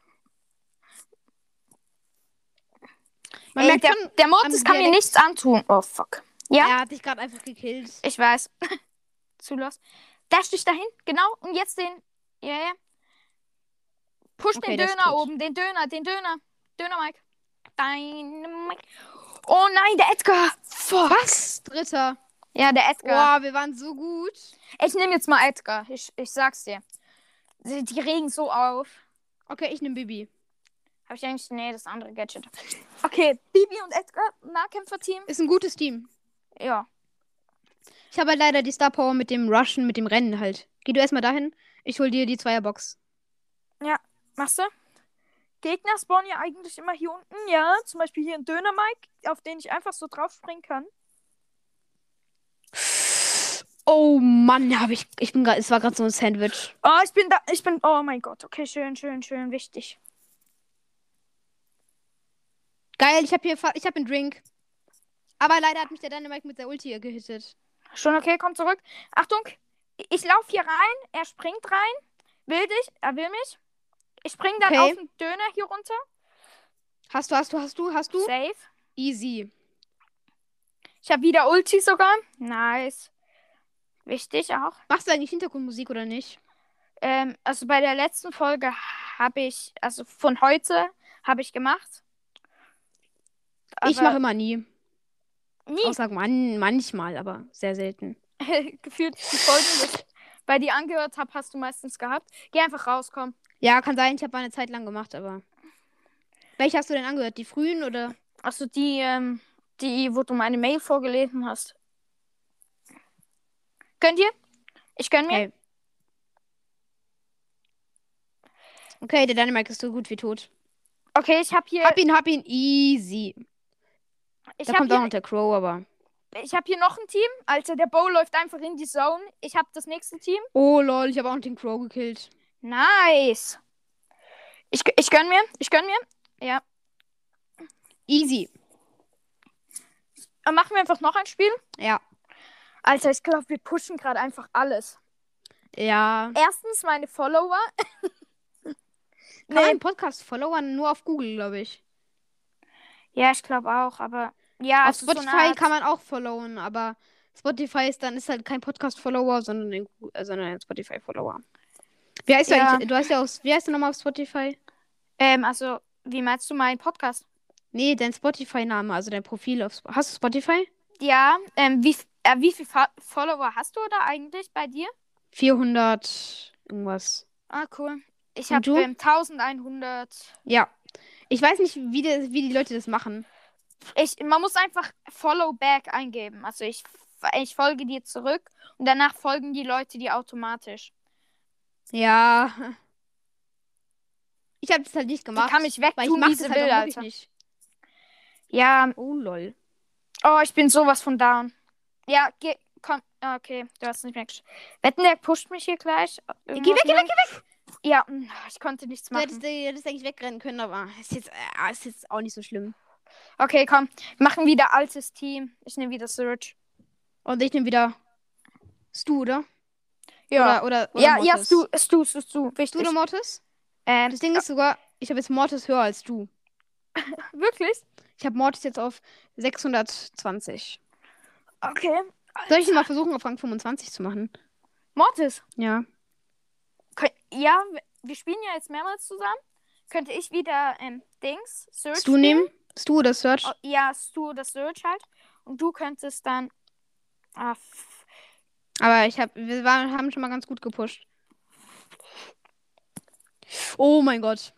Man Ey, merkt der, schon, der Mortis am kann mir Dialekt- nichts antun. Oh, fuck. Ja? er hat dich gerade einfach gekillt. Ich weiß. Zu los. Dash dich dahin, genau. Und jetzt den. Ja, ja. Push Okay, den das ist Döner gut. oben, den Döner, den Döner. Döner, Mike. Dein Mike. Oh nein, der Edgar. Fuck. Was? Dritter. Ja, der Edgar. Boah, wir waren so gut. Ich nehme jetzt mal Edgar. Ich, ich sag's dir. Die die regen so auf. Okay, ich nehme Bibi. Hab ich eigentlich. Nee, das andere Gadget. Okay, Bibi und Edgar, Nahkämpfer-Team. Ist ein gutes Team. Ja. Ich habe halt leider die Star Power mit dem Rushen, mit dem Rennen halt. Geh du erstmal dahin. Ich hol dir die Zweierbox. Machst du? Gegner spawnen ja eigentlich immer hier unten, ja. Zum Beispiel hier ein Döner, Mike, auf den ich einfach so drauf springen kann. Oh Mann, habe ich. Ich bin gerade. Es war gerade so ein Sandwich. Oh, ich bin da. Ich bin. Oh mein Gott. Okay, schön, schön, schön. Wichtig. Geil, ich habe hier. fa- Ich habe einen Drink. Aber leider hat mich der Dynamite mit der Ulti gehittet. Schon okay, komm zurück. Achtung. Ich laufe hier rein. Er springt rein. Will dich. Er will mich. Ich spring dann Okay. auf den Döner hier runter. Hast du, hast du, hast du, hast du? Safe. Easy. Ich habe wieder Ulti sogar. Nice. Wichtig auch. Machst du eigentlich Hintergrundmusik oder nicht? Ähm, also bei der letzten Folge habe ich, also von heute habe ich gemacht. ich Aber mache immer nie. nie. Außer man, manchmal, aber sehr selten. gefühlt die Folgen, die ich bei dir angehört habe, hast du meistens gehabt. Geh einfach raus, komm. Ja, kann sein, ich habe mal eine Zeit lang gemacht, aber. Welche hast du denn angehört? Die frühen oder? Also die, ähm, die, wo du meine Mail vorgelesen hast. Gönnt ihr? Ich gönn mir. Okay. Okay, der Dynamite ist so gut wie tot. Okay, ich habe hier, Hab ihn, hab ihn, easy. ich Halt, Da hab kommt auch hier, noch der Crow, aber. ich hab hier noch ein Team. Also der Bow läuft einfach in die Zone. Ich habe das nächste Team. Oh lol, ich habe auch noch den Crow gekillt. Nice. Ich, ich gönn mir, ich gönn mir. Easy. Äh, Machen wir einfach noch ein Spiel? Ja. Alter, ich glaube, wir pushen gerade einfach alles. Ja. Erstens meine Follower. Kann man einen Podcast followern nur auf Google, glaube ich. Ja, ich glaube auch, aber. Ja, auf es ist so eine Spotify Art- kann man auch followen, aber Spotify ist dann ist halt kein Podcast-Follower, sondern ein, Gu- äh, sondern ein Spotify-Follower. Wie heißt du Ja. eigentlich? Du hast ja auf, wie heißt du nochmal auf Spotify? Ähm, also, wie meinst du meinen Podcast? Nee, dein Spotify-Name, also dein Profil auf Sp- Hast du Spotify? Ja, ähm, wie, äh, wie viele Fa Follower hast du da eigentlich bei dir? 400 irgendwas. Ah, cool. Ich Und habe du? ähm, 1100. Ja. Ich weiß nicht, wie, die, wie die Leute das machen. Ich, man muss einfach Follow Back eingeben. Also, ich, ich folge dir zurück und danach folgen die Leute dir automatisch. Ja. Ich habe das halt nicht Die gemacht. kann mich weil wegtun, ich wie mach's sie das will, halt auch wirklich Alter. nicht. Ja, Oh lol. Oh, ich bin sowas von down. Ja, geh, komm. Ah, Okay, du hast nicht mehr gesch- Wetten, der pusht mich hier gleich. Geh weg, geh weg, geh weg! Ja, mm, ich konnte nichts Du hättest, machen. du hättest eigentlich wegrennen können, aber ist jetzt, äh, ist jetzt auch nicht so schlimm. Okay, komm. Wir machen wieder altes Team. Ich nehme wieder Surge. Und ich nehme wieder Stu, oder? Ja. Oder, oder, oder ja, Mortis. ja, Stu, Stu, Stu, Stu. Stu Wichtig. oder Mortis? ähm, Das Ding ist sogar, ich habe jetzt Mortis höher als du. wirklich? Ich habe Mortis jetzt auf 620. Okay. Soll ich ihn mal versuchen, auf Rang 25 zu machen? Mortis. Ja. Kön ja, w- wir spielen ja jetzt mehrmals zusammen. Könnte ich wieder ähm, Dings, Surge Stu nehmen? Stu oder Search? Oh, ja, Stu oder Surge halt. Und du könntest dann... Ah, f- Aber ich hab, wir waren, haben schon mal ganz gut gepusht. Oh mein Gott.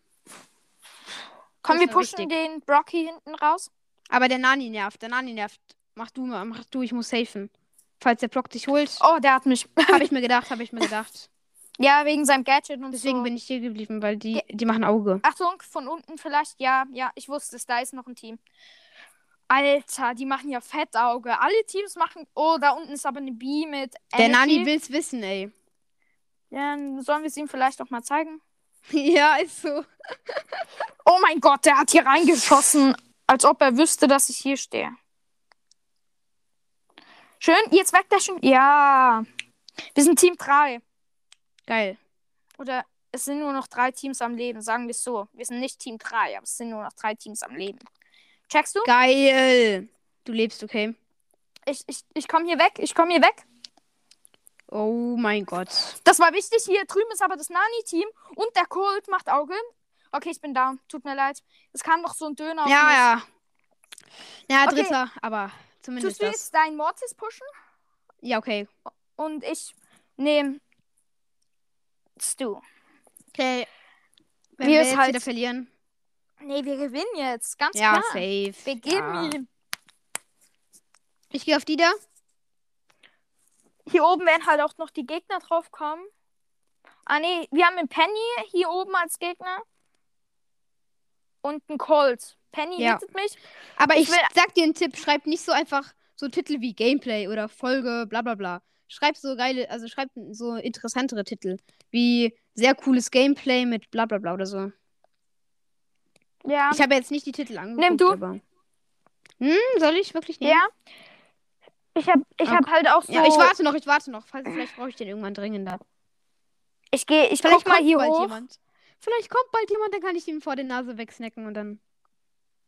Komm, wir Ist noch pushen wichtig. den Brocky hinten raus. Aber der Nani nervt. Der Nani nervt. Mach du mal, mach du, ich muss safen. Falls der Block dich holt, Oh, der hat mich. habe ich mir gedacht, habe ich mir gedacht. Ja, wegen seinem Gadget und Deswegen so. bin ich hier geblieben, weil die, die machen Auge. Achtung, von unten vielleicht. Ja, ja, ich wusste es. Da ist noch ein Team. Alter, die machen ja Fettauge. Alle Teams machen. Oh, da unten ist aber eine B mit. Der Energy. Nani will's wissen, ey. Dann sollen wir es ihm vielleicht noch mal zeigen. ja, ist so. Oh mein Gott, der hat hier reingeschossen. Als ob er wüsste, dass ich hier stehe. Schön, jetzt wegdashen. Ja. Wir sind Team 3. Geil. Oder es sind nur noch drei Teams am Leben, sagen wir es so. Wir sind nicht Team 3, aber es sind nur noch drei Teams am Leben. Checkst du? Geil. Du lebst, okay? Ich, ich, ich komme hier weg, ich komme hier weg. Oh mein Gott. Das war wichtig. Hier drüben ist aber das Nani-Team und der Colt macht Auge. Okay, ich bin down. Tut mir leid. Es kam noch so ein Döner. Oh, auf mich. Ja, ja. Ja, Okay. dritter, aber zumindest Tust du das. jetzt deinen Mortis pushen Ja, okay. und ich nehme Stu. Okay. Wenn Wir wir ist jetzt halt- wieder verlieren. Nee, wir gewinnen jetzt. Ganz Ja, klar. safe. Ah. Wir geben ja. ihm. Ich gehe auf die da. Hier oben werden halt auch noch die Gegner drauf kommen. Ah nee, wir haben einen Penny hier oben als Gegner. Und einen Colt. Penny Ja. hittet mich. Aber ich, Ich will- sag dir einen Tipp, schreib nicht so einfach so Titel wie Gameplay oder Folge, bla bla bla. Schreib so geile, also schreib so interessantere Titel. Wie sehr cooles Gameplay mit bla bla bla oder so. Ja. Ich habe jetzt nicht die Titel angeguckt. du. Aber... Hm, soll ich wirklich nehmen? ja. Ich hab, ich hab halt auch so. Ja, ich warte noch, ich warte noch. Falls, vielleicht brauche ich den irgendwann dringender. Ich gehe, ich Vielleicht guck mal kommt hier bald hoch. jemand. Vielleicht kommt bald jemand, dann kann ich ihm vor der Nase wegsnacken und dann.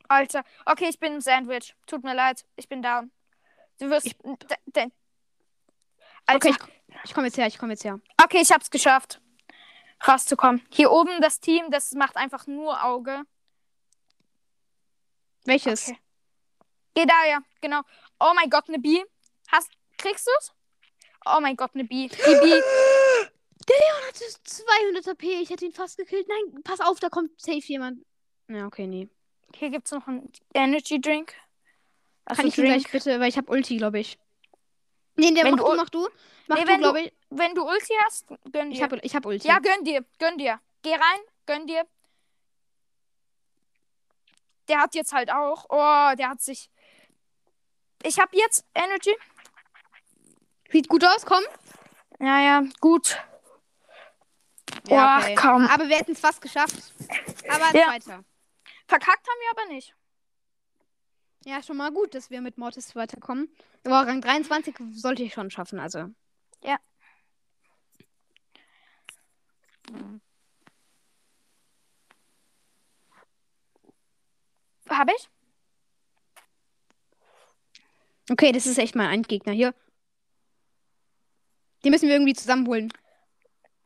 Alter. Okay, ich bin im Sandwich. Tut mir leid. Ich bin down. Du wirst. d- d- Alter. Okay, Okay, ich, ich komme jetzt her, ich komme jetzt her. ich, okay, ich hab's geschafft. Rauszukommen. Hier oben das Team, das macht einfach nur Auge. Welches? Okay. Geh da, ja, genau. Oh mein Gott, eine Bi. Hast, kriegst du's? Oh mein Gott, eine Bi. Die Bi. hatte 200 HP, ich hätte ihn fast gekillt. Nein, pass auf, da kommt safe jemand. Ja, okay, nee. Hier gibt's noch einen Energy Drink. Also Kann ich ihn Drink. gleich bitte, weil ich habe Ulti, glaube ich. Nee, der Wenn mach du du, Ul- mach du. Mach Nee, du, wenn glaube ich. Wenn du Ulti hast, gönn dir. Ich habe ich hab Ulti. ja, gönn dir, gönn dir. Geh rein, gönn dir. Der hat jetzt halt auch. Oh, der hat sich. Ich hab jetzt Energy. Sieht gut aus, komm. Ja, ja, gut. Ja, oh, okay. komm. Aber wir hätten es fast geschafft. Aber Ja. zweiter. Verkackt haben wir aber nicht. Ja, schon mal gut, dass wir mit Mortis weiterkommen. Aber Rang 23 sollte ich schon schaffen, also. Ja. Habe ich? Okay, das ist echt mein Endgegner hier. Die müssen wir irgendwie zusammenholen.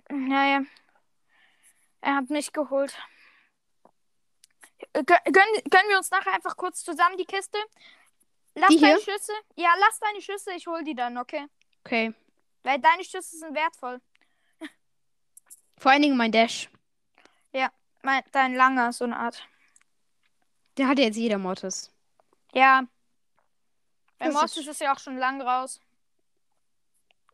Naja. Er hat mich geholt. Gön- Gönnen, gönnen wir uns nachher einfach kurz zusammen die Kiste? Lass Die deine hier? Schüsse. Ja, lass deine Schüsse, ich hol die dann, okay? Okay. Weil deine Schüsse sind wertvoll. Vor allen Dingen mein Dash. Mein, dein langer, so eine Art. Der hat ja jetzt jeder Mortis. Ja. Bei Das Mortis ist- ist, ja auch schon lang raus.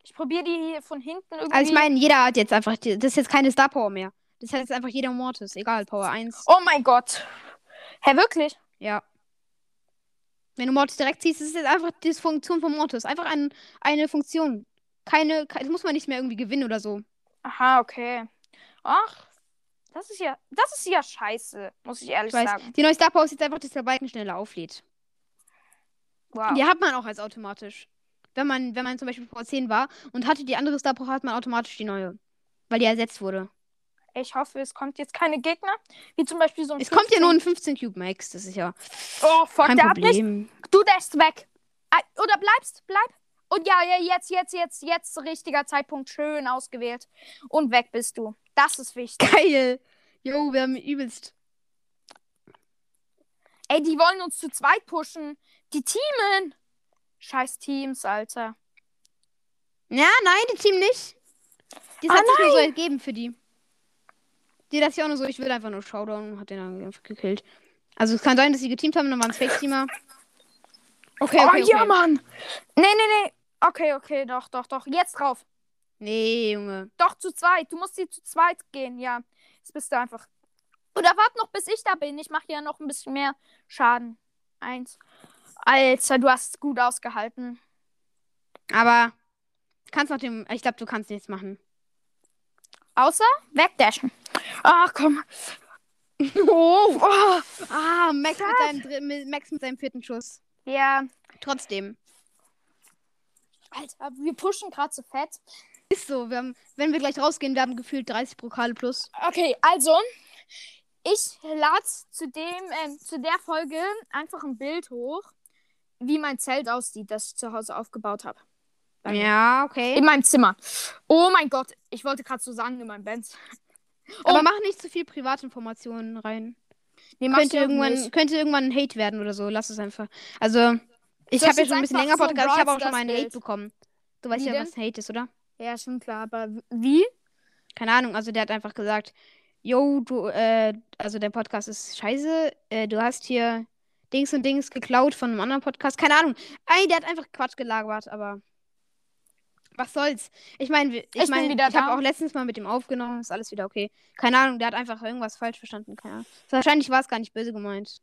Ich probiere die hier von hinten irgendwie. Also ich meine, jeder hat jetzt einfach. die- Das ist jetzt keine Star Power mehr. Das hat jetzt einfach jeder Mortis. Egal, Power 1. oh mein Gott. Hä, wirklich? Ja. Wenn du Mortis direkt ziehst, ist es jetzt einfach die Funktion von Mortis. Einfach ein, eine Funktion. Keine, ke- das muss man nicht mehr irgendwie gewinnen oder so. Aha, okay. Ach, das ist ja, das ist ja scheiße, muss ich ehrlich Ich weiß. sagen. Die neue Star Power ist jetzt einfach, dass der Balken schneller auflädt. Wow. Die hat man auch als automatisch. Wenn man, wenn man zum Beispiel vor 10 war und hatte die andere Star Power, hat man automatisch die neue. Weil die ersetzt wurde. Ich hoffe, es kommt jetzt keine Gegner, wie zum Beispiel so ein. Es kommt ja nur ein 15 Cube Max, das ist ja 15. Oh, fuck, kein der hat mich. Problem. Du dashst weg. Ah, Oder bleibst, bleib. Und ja, ja, jetzt, jetzt, jetzt, jetzt, richtiger Zeitpunkt, schön ausgewählt. Und weg bist du. Das ist wichtig. Geil. Jo, wir haben übelst. Ey, die wollen uns zu zweit pushen. Die Teamen. Scheiß Teams, Alter. Ja, nein, die Team nicht. Das Ah, hat sich nur so ergeben für die. Die das ja auch nur so, ich will einfach nur Showdown und hat den dann einfach gekillt. Also es kann sein, dass sie geteamt haben, dann waren es Fake-Teamer. Okay, okay, oh okay. ja, Mann. Nee, nee, nee. Okay, okay, doch, doch, doch. Jetzt drauf. Nee, Junge. Doch, zu zweit. Du musst sie zu zweit gehen, ja. Jetzt bist du einfach. Oder warte noch, bis ich da bin. Ich mache ja noch ein bisschen mehr Schaden. Eins. Alter, du hast es gut ausgehalten. Aber kannst nach dem. Ich glaube, du kannst nichts machen. Außer wegdashen. Ach, komm. Oh! Ah, Max mit, seinem, dr- mit- Max mit seinem vierten Schuss. Ja. Trotzdem. Alter, wir pushen gerade so fett. Ist so, wir haben, wenn wir gleich rausgehen, wir haben gefühlt 30 Pokale plus. Okay, also. Ich lade zu, dem, ähm, zu der Folge einfach ein Bild hoch, wie mein Zelt aussieht, das ich zu Hause aufgebaut habe. Danke. Ja, okay. In meinem Zimmer. Oh mein Gott, ich wollte gerade so sagen in meinem Benz. Aber mach nicht zu viel Privatinformationen rein. Nee, machst könnte du irgendwann, nicht. könnte irgendwann ein Hate werden oder so. Lass es einfach. Also, ich Soll ich habe ja jetzt schon ein bisschen einfach länger so ein Podcast. Ich habe auch Brawl schon mal einen Stars Hate Bild? bekommen. Du weißt Wie ja, denn? was Hate ist, oder? Ja, schon klar, aber w- wie? Keine Ahnung. Also, der hat einfach gesagt: Yo, du, äh, also der Podcast ist scheiße. Äh, du hast hier Dings und Dings geklaut von einem anderen Podcast. Keine Ahnung. Ey, der hat einfach Quatsch gelagert, aber. Was soll's? Ich meine, wir- ich, bin meine, wieder ich habe da. auch letztens mal mit ihm aufgenommen, ist alles wieder okay. Keine Ahnung, der hat einfach irgendwas falsch verstanden, keine Ahnung. Wahrscheinlich war es gar nicht böse gemeint.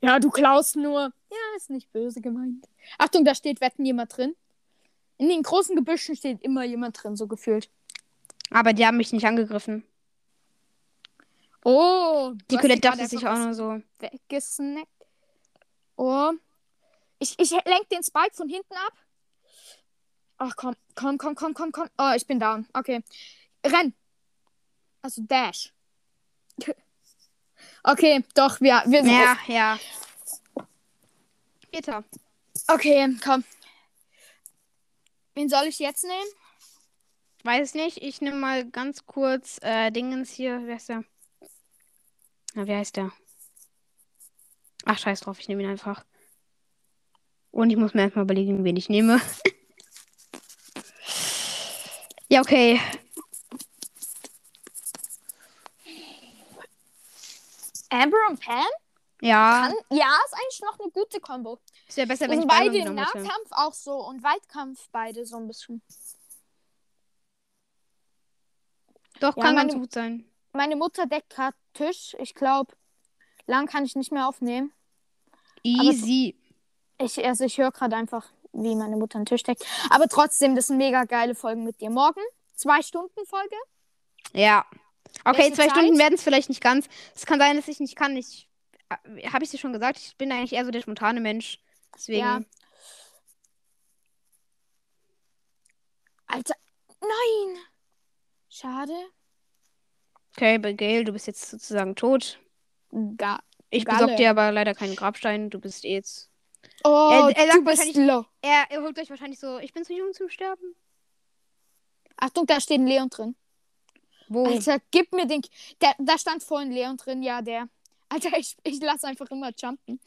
ja, du klaust nur. Ja, ist nicht böse gemeint. Achtung, da steht Wetten jemand drin. In den großen Gebüschen steht immer jemand drin, so gefühlt. Aber die haben mich nicht angegriffen. Oh, Die Colette dachte sich auch nur so. weggesnackt. Oh. Ich, ich lenk den Spike von hinten ab. Ach komm, komm, komm, komm, komm, komm. Oh, ich bin down. Okay. Renn. Also Dash. Okay, doch, wir, wir sind. Ja, ja. Peter. Okay, komm. Wen soll ich jetzt nehmen? Weiß nicht, ich nehme mal ganz kurz äh, Dingens hier. Wer ist der? Na, wer heißt der? Ach, scheiß drauf, ich nehme ihn einfach. Und ich muss mir erstmal überlegen, wen ich nehme. ja, okay. Amber und Pam? Ja. Kann, ja, ist eigentlich noch eine gute Kombo. Ist ja besser, wenn ich Und beide beide genommen im hätte. Nahkampf auch so und Weitkampf beide so ein bisschen. Doch, Ja, kann meine- ganz gut sein. Meine Mutter deckt gerade Tisch. Ich glaube, lang kann ich nicht mehr aufnehmen. Aber so- Easy. Ich, also ich höre gerade einfach, wie meine Mutter einen Tisch deckt. Aber trotzdem, das sind mega geile Folgen mit dir. Morgen, zwei Stunden Folge. Ja. Okay, Welche zwei Zeit? Stunden werden es vielleicht nicht ganz. Es kann sein, dass ich nicht kann. Ich habe ich dir schon gesagt, ich bin eigentlich eher so der spontane Mensch. Deswegen. Ja. Alter. Nein! Schade. Okay, aber Gail, du bist jetzt sozusagen tot. Ga Ich Galle. besorge dir aber leider keinen Grabstein. Du bist eh jetzt. oh, er sagt du bist wahrscheinlich- low. Er, er holt euch wahrscheinlich so, ich bin zu jung zum Sterben. Achtung, da steht ein Leon drin. Wo? Alter, gib mir den. K- Der, da stand vorhin Leon drin, ja, der. Alter, ich, ich lass einfach immer jumpen.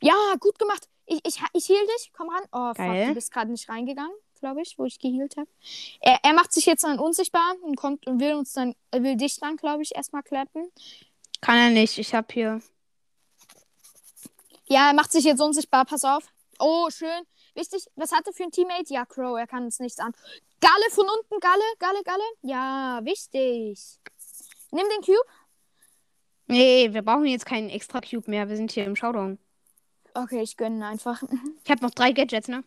Ja, gut gemacht. Ich, ich, ich heal dich, komm ran. Oh, Geil. fuck, du bist gerade nicht reingegangen, glaube ich, wo ich gehealt habe. Er, er macht sich jetzt dann unsichtbar und kommt und will uns dann, er will dich dann, glaube ich, erstmal klappen. Kann er nicht. Ich habe hier. Ja, er macht sich jetzt unsichtbar, pass auf. Oh, schön. Wichtig, was hat er für ein Teammate? Ja, Crow, er kann uns nichts an. Galle von unten, Galle, Galle, Galle. Ja, wichtig. Nimm den Cube. Nee, wir brauchen jetzt keinen extra Cube mehr. Wir sind hier im Showdown. Okay, ich gönne einfach. Ich habe noch drei Gadgets, ne?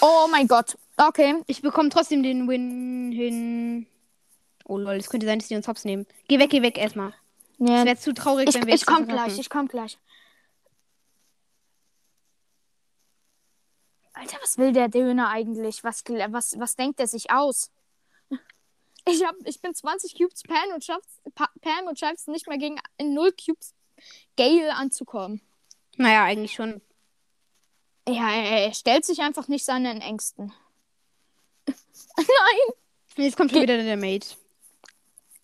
Oh mein Gott. Okay. Ich bekomme trotzdem den Win hin. Oh lol, es könnte sein, dass die uns hops nehmen. Geh weg, geh weg erstmal. Es Nee. wäre zu traurig, Ähm, Ich, wenn wir ich jetzt komm das verkacken. gleich, ich komm gleich. Alter, was will der Döner eigentlich? Was, gl- was, was denkt er sich aus? Ich, hab, ich bin 20 Cubes Pam und schaff's, Pa- Pam und schaff's nicht mehr gegen in 0 Cubes Gale anzukommen. Naja, eigentlich schon. Ja, er, er stellt sich einfach nicht seinen Ängsten. Nein! Jetzt kommt schon wieder der Mate.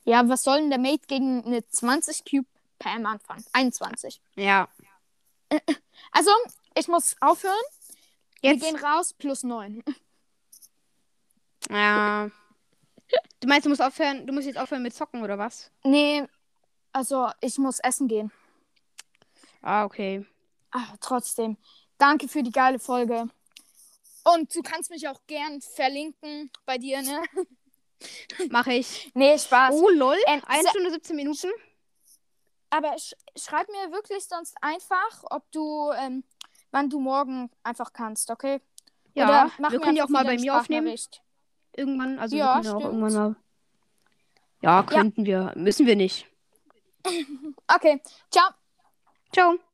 Ja, was soll denn der Mate gegen eine 20 Cube Pam anfangen? 21. Ja. Also, ich muss aufhören. Wir Jetzt. gehen raus, plus 9. Ja. Du meinst, du musst aufhören, du musst jetzt aufhören mit Zocken oder was? Nee, also ich muss essen gehen. Ah, okay. Aber trotzdem, danke für die geile Folge. Und du kannst mich auch gern verlinken bei dir, ne? Mache ich. Nee, Spaß. Oh lol. Ähm, Eine se- Stunde 17 Minuten. aber sch schreib mir wirklich sonst einfach, ob du, ähm, wann du morgen einfach kannst, okay? Ja. mach wir mir können ja auch einfach wieder mal bei eine mir aufnehmen. Sprachnachricht. Irgendwann. Also Ja, wir können ja auch stimmt. irgendwann mal. Ja, könnten wir. Müssen wir nicht. Okay, ciao. Ciao.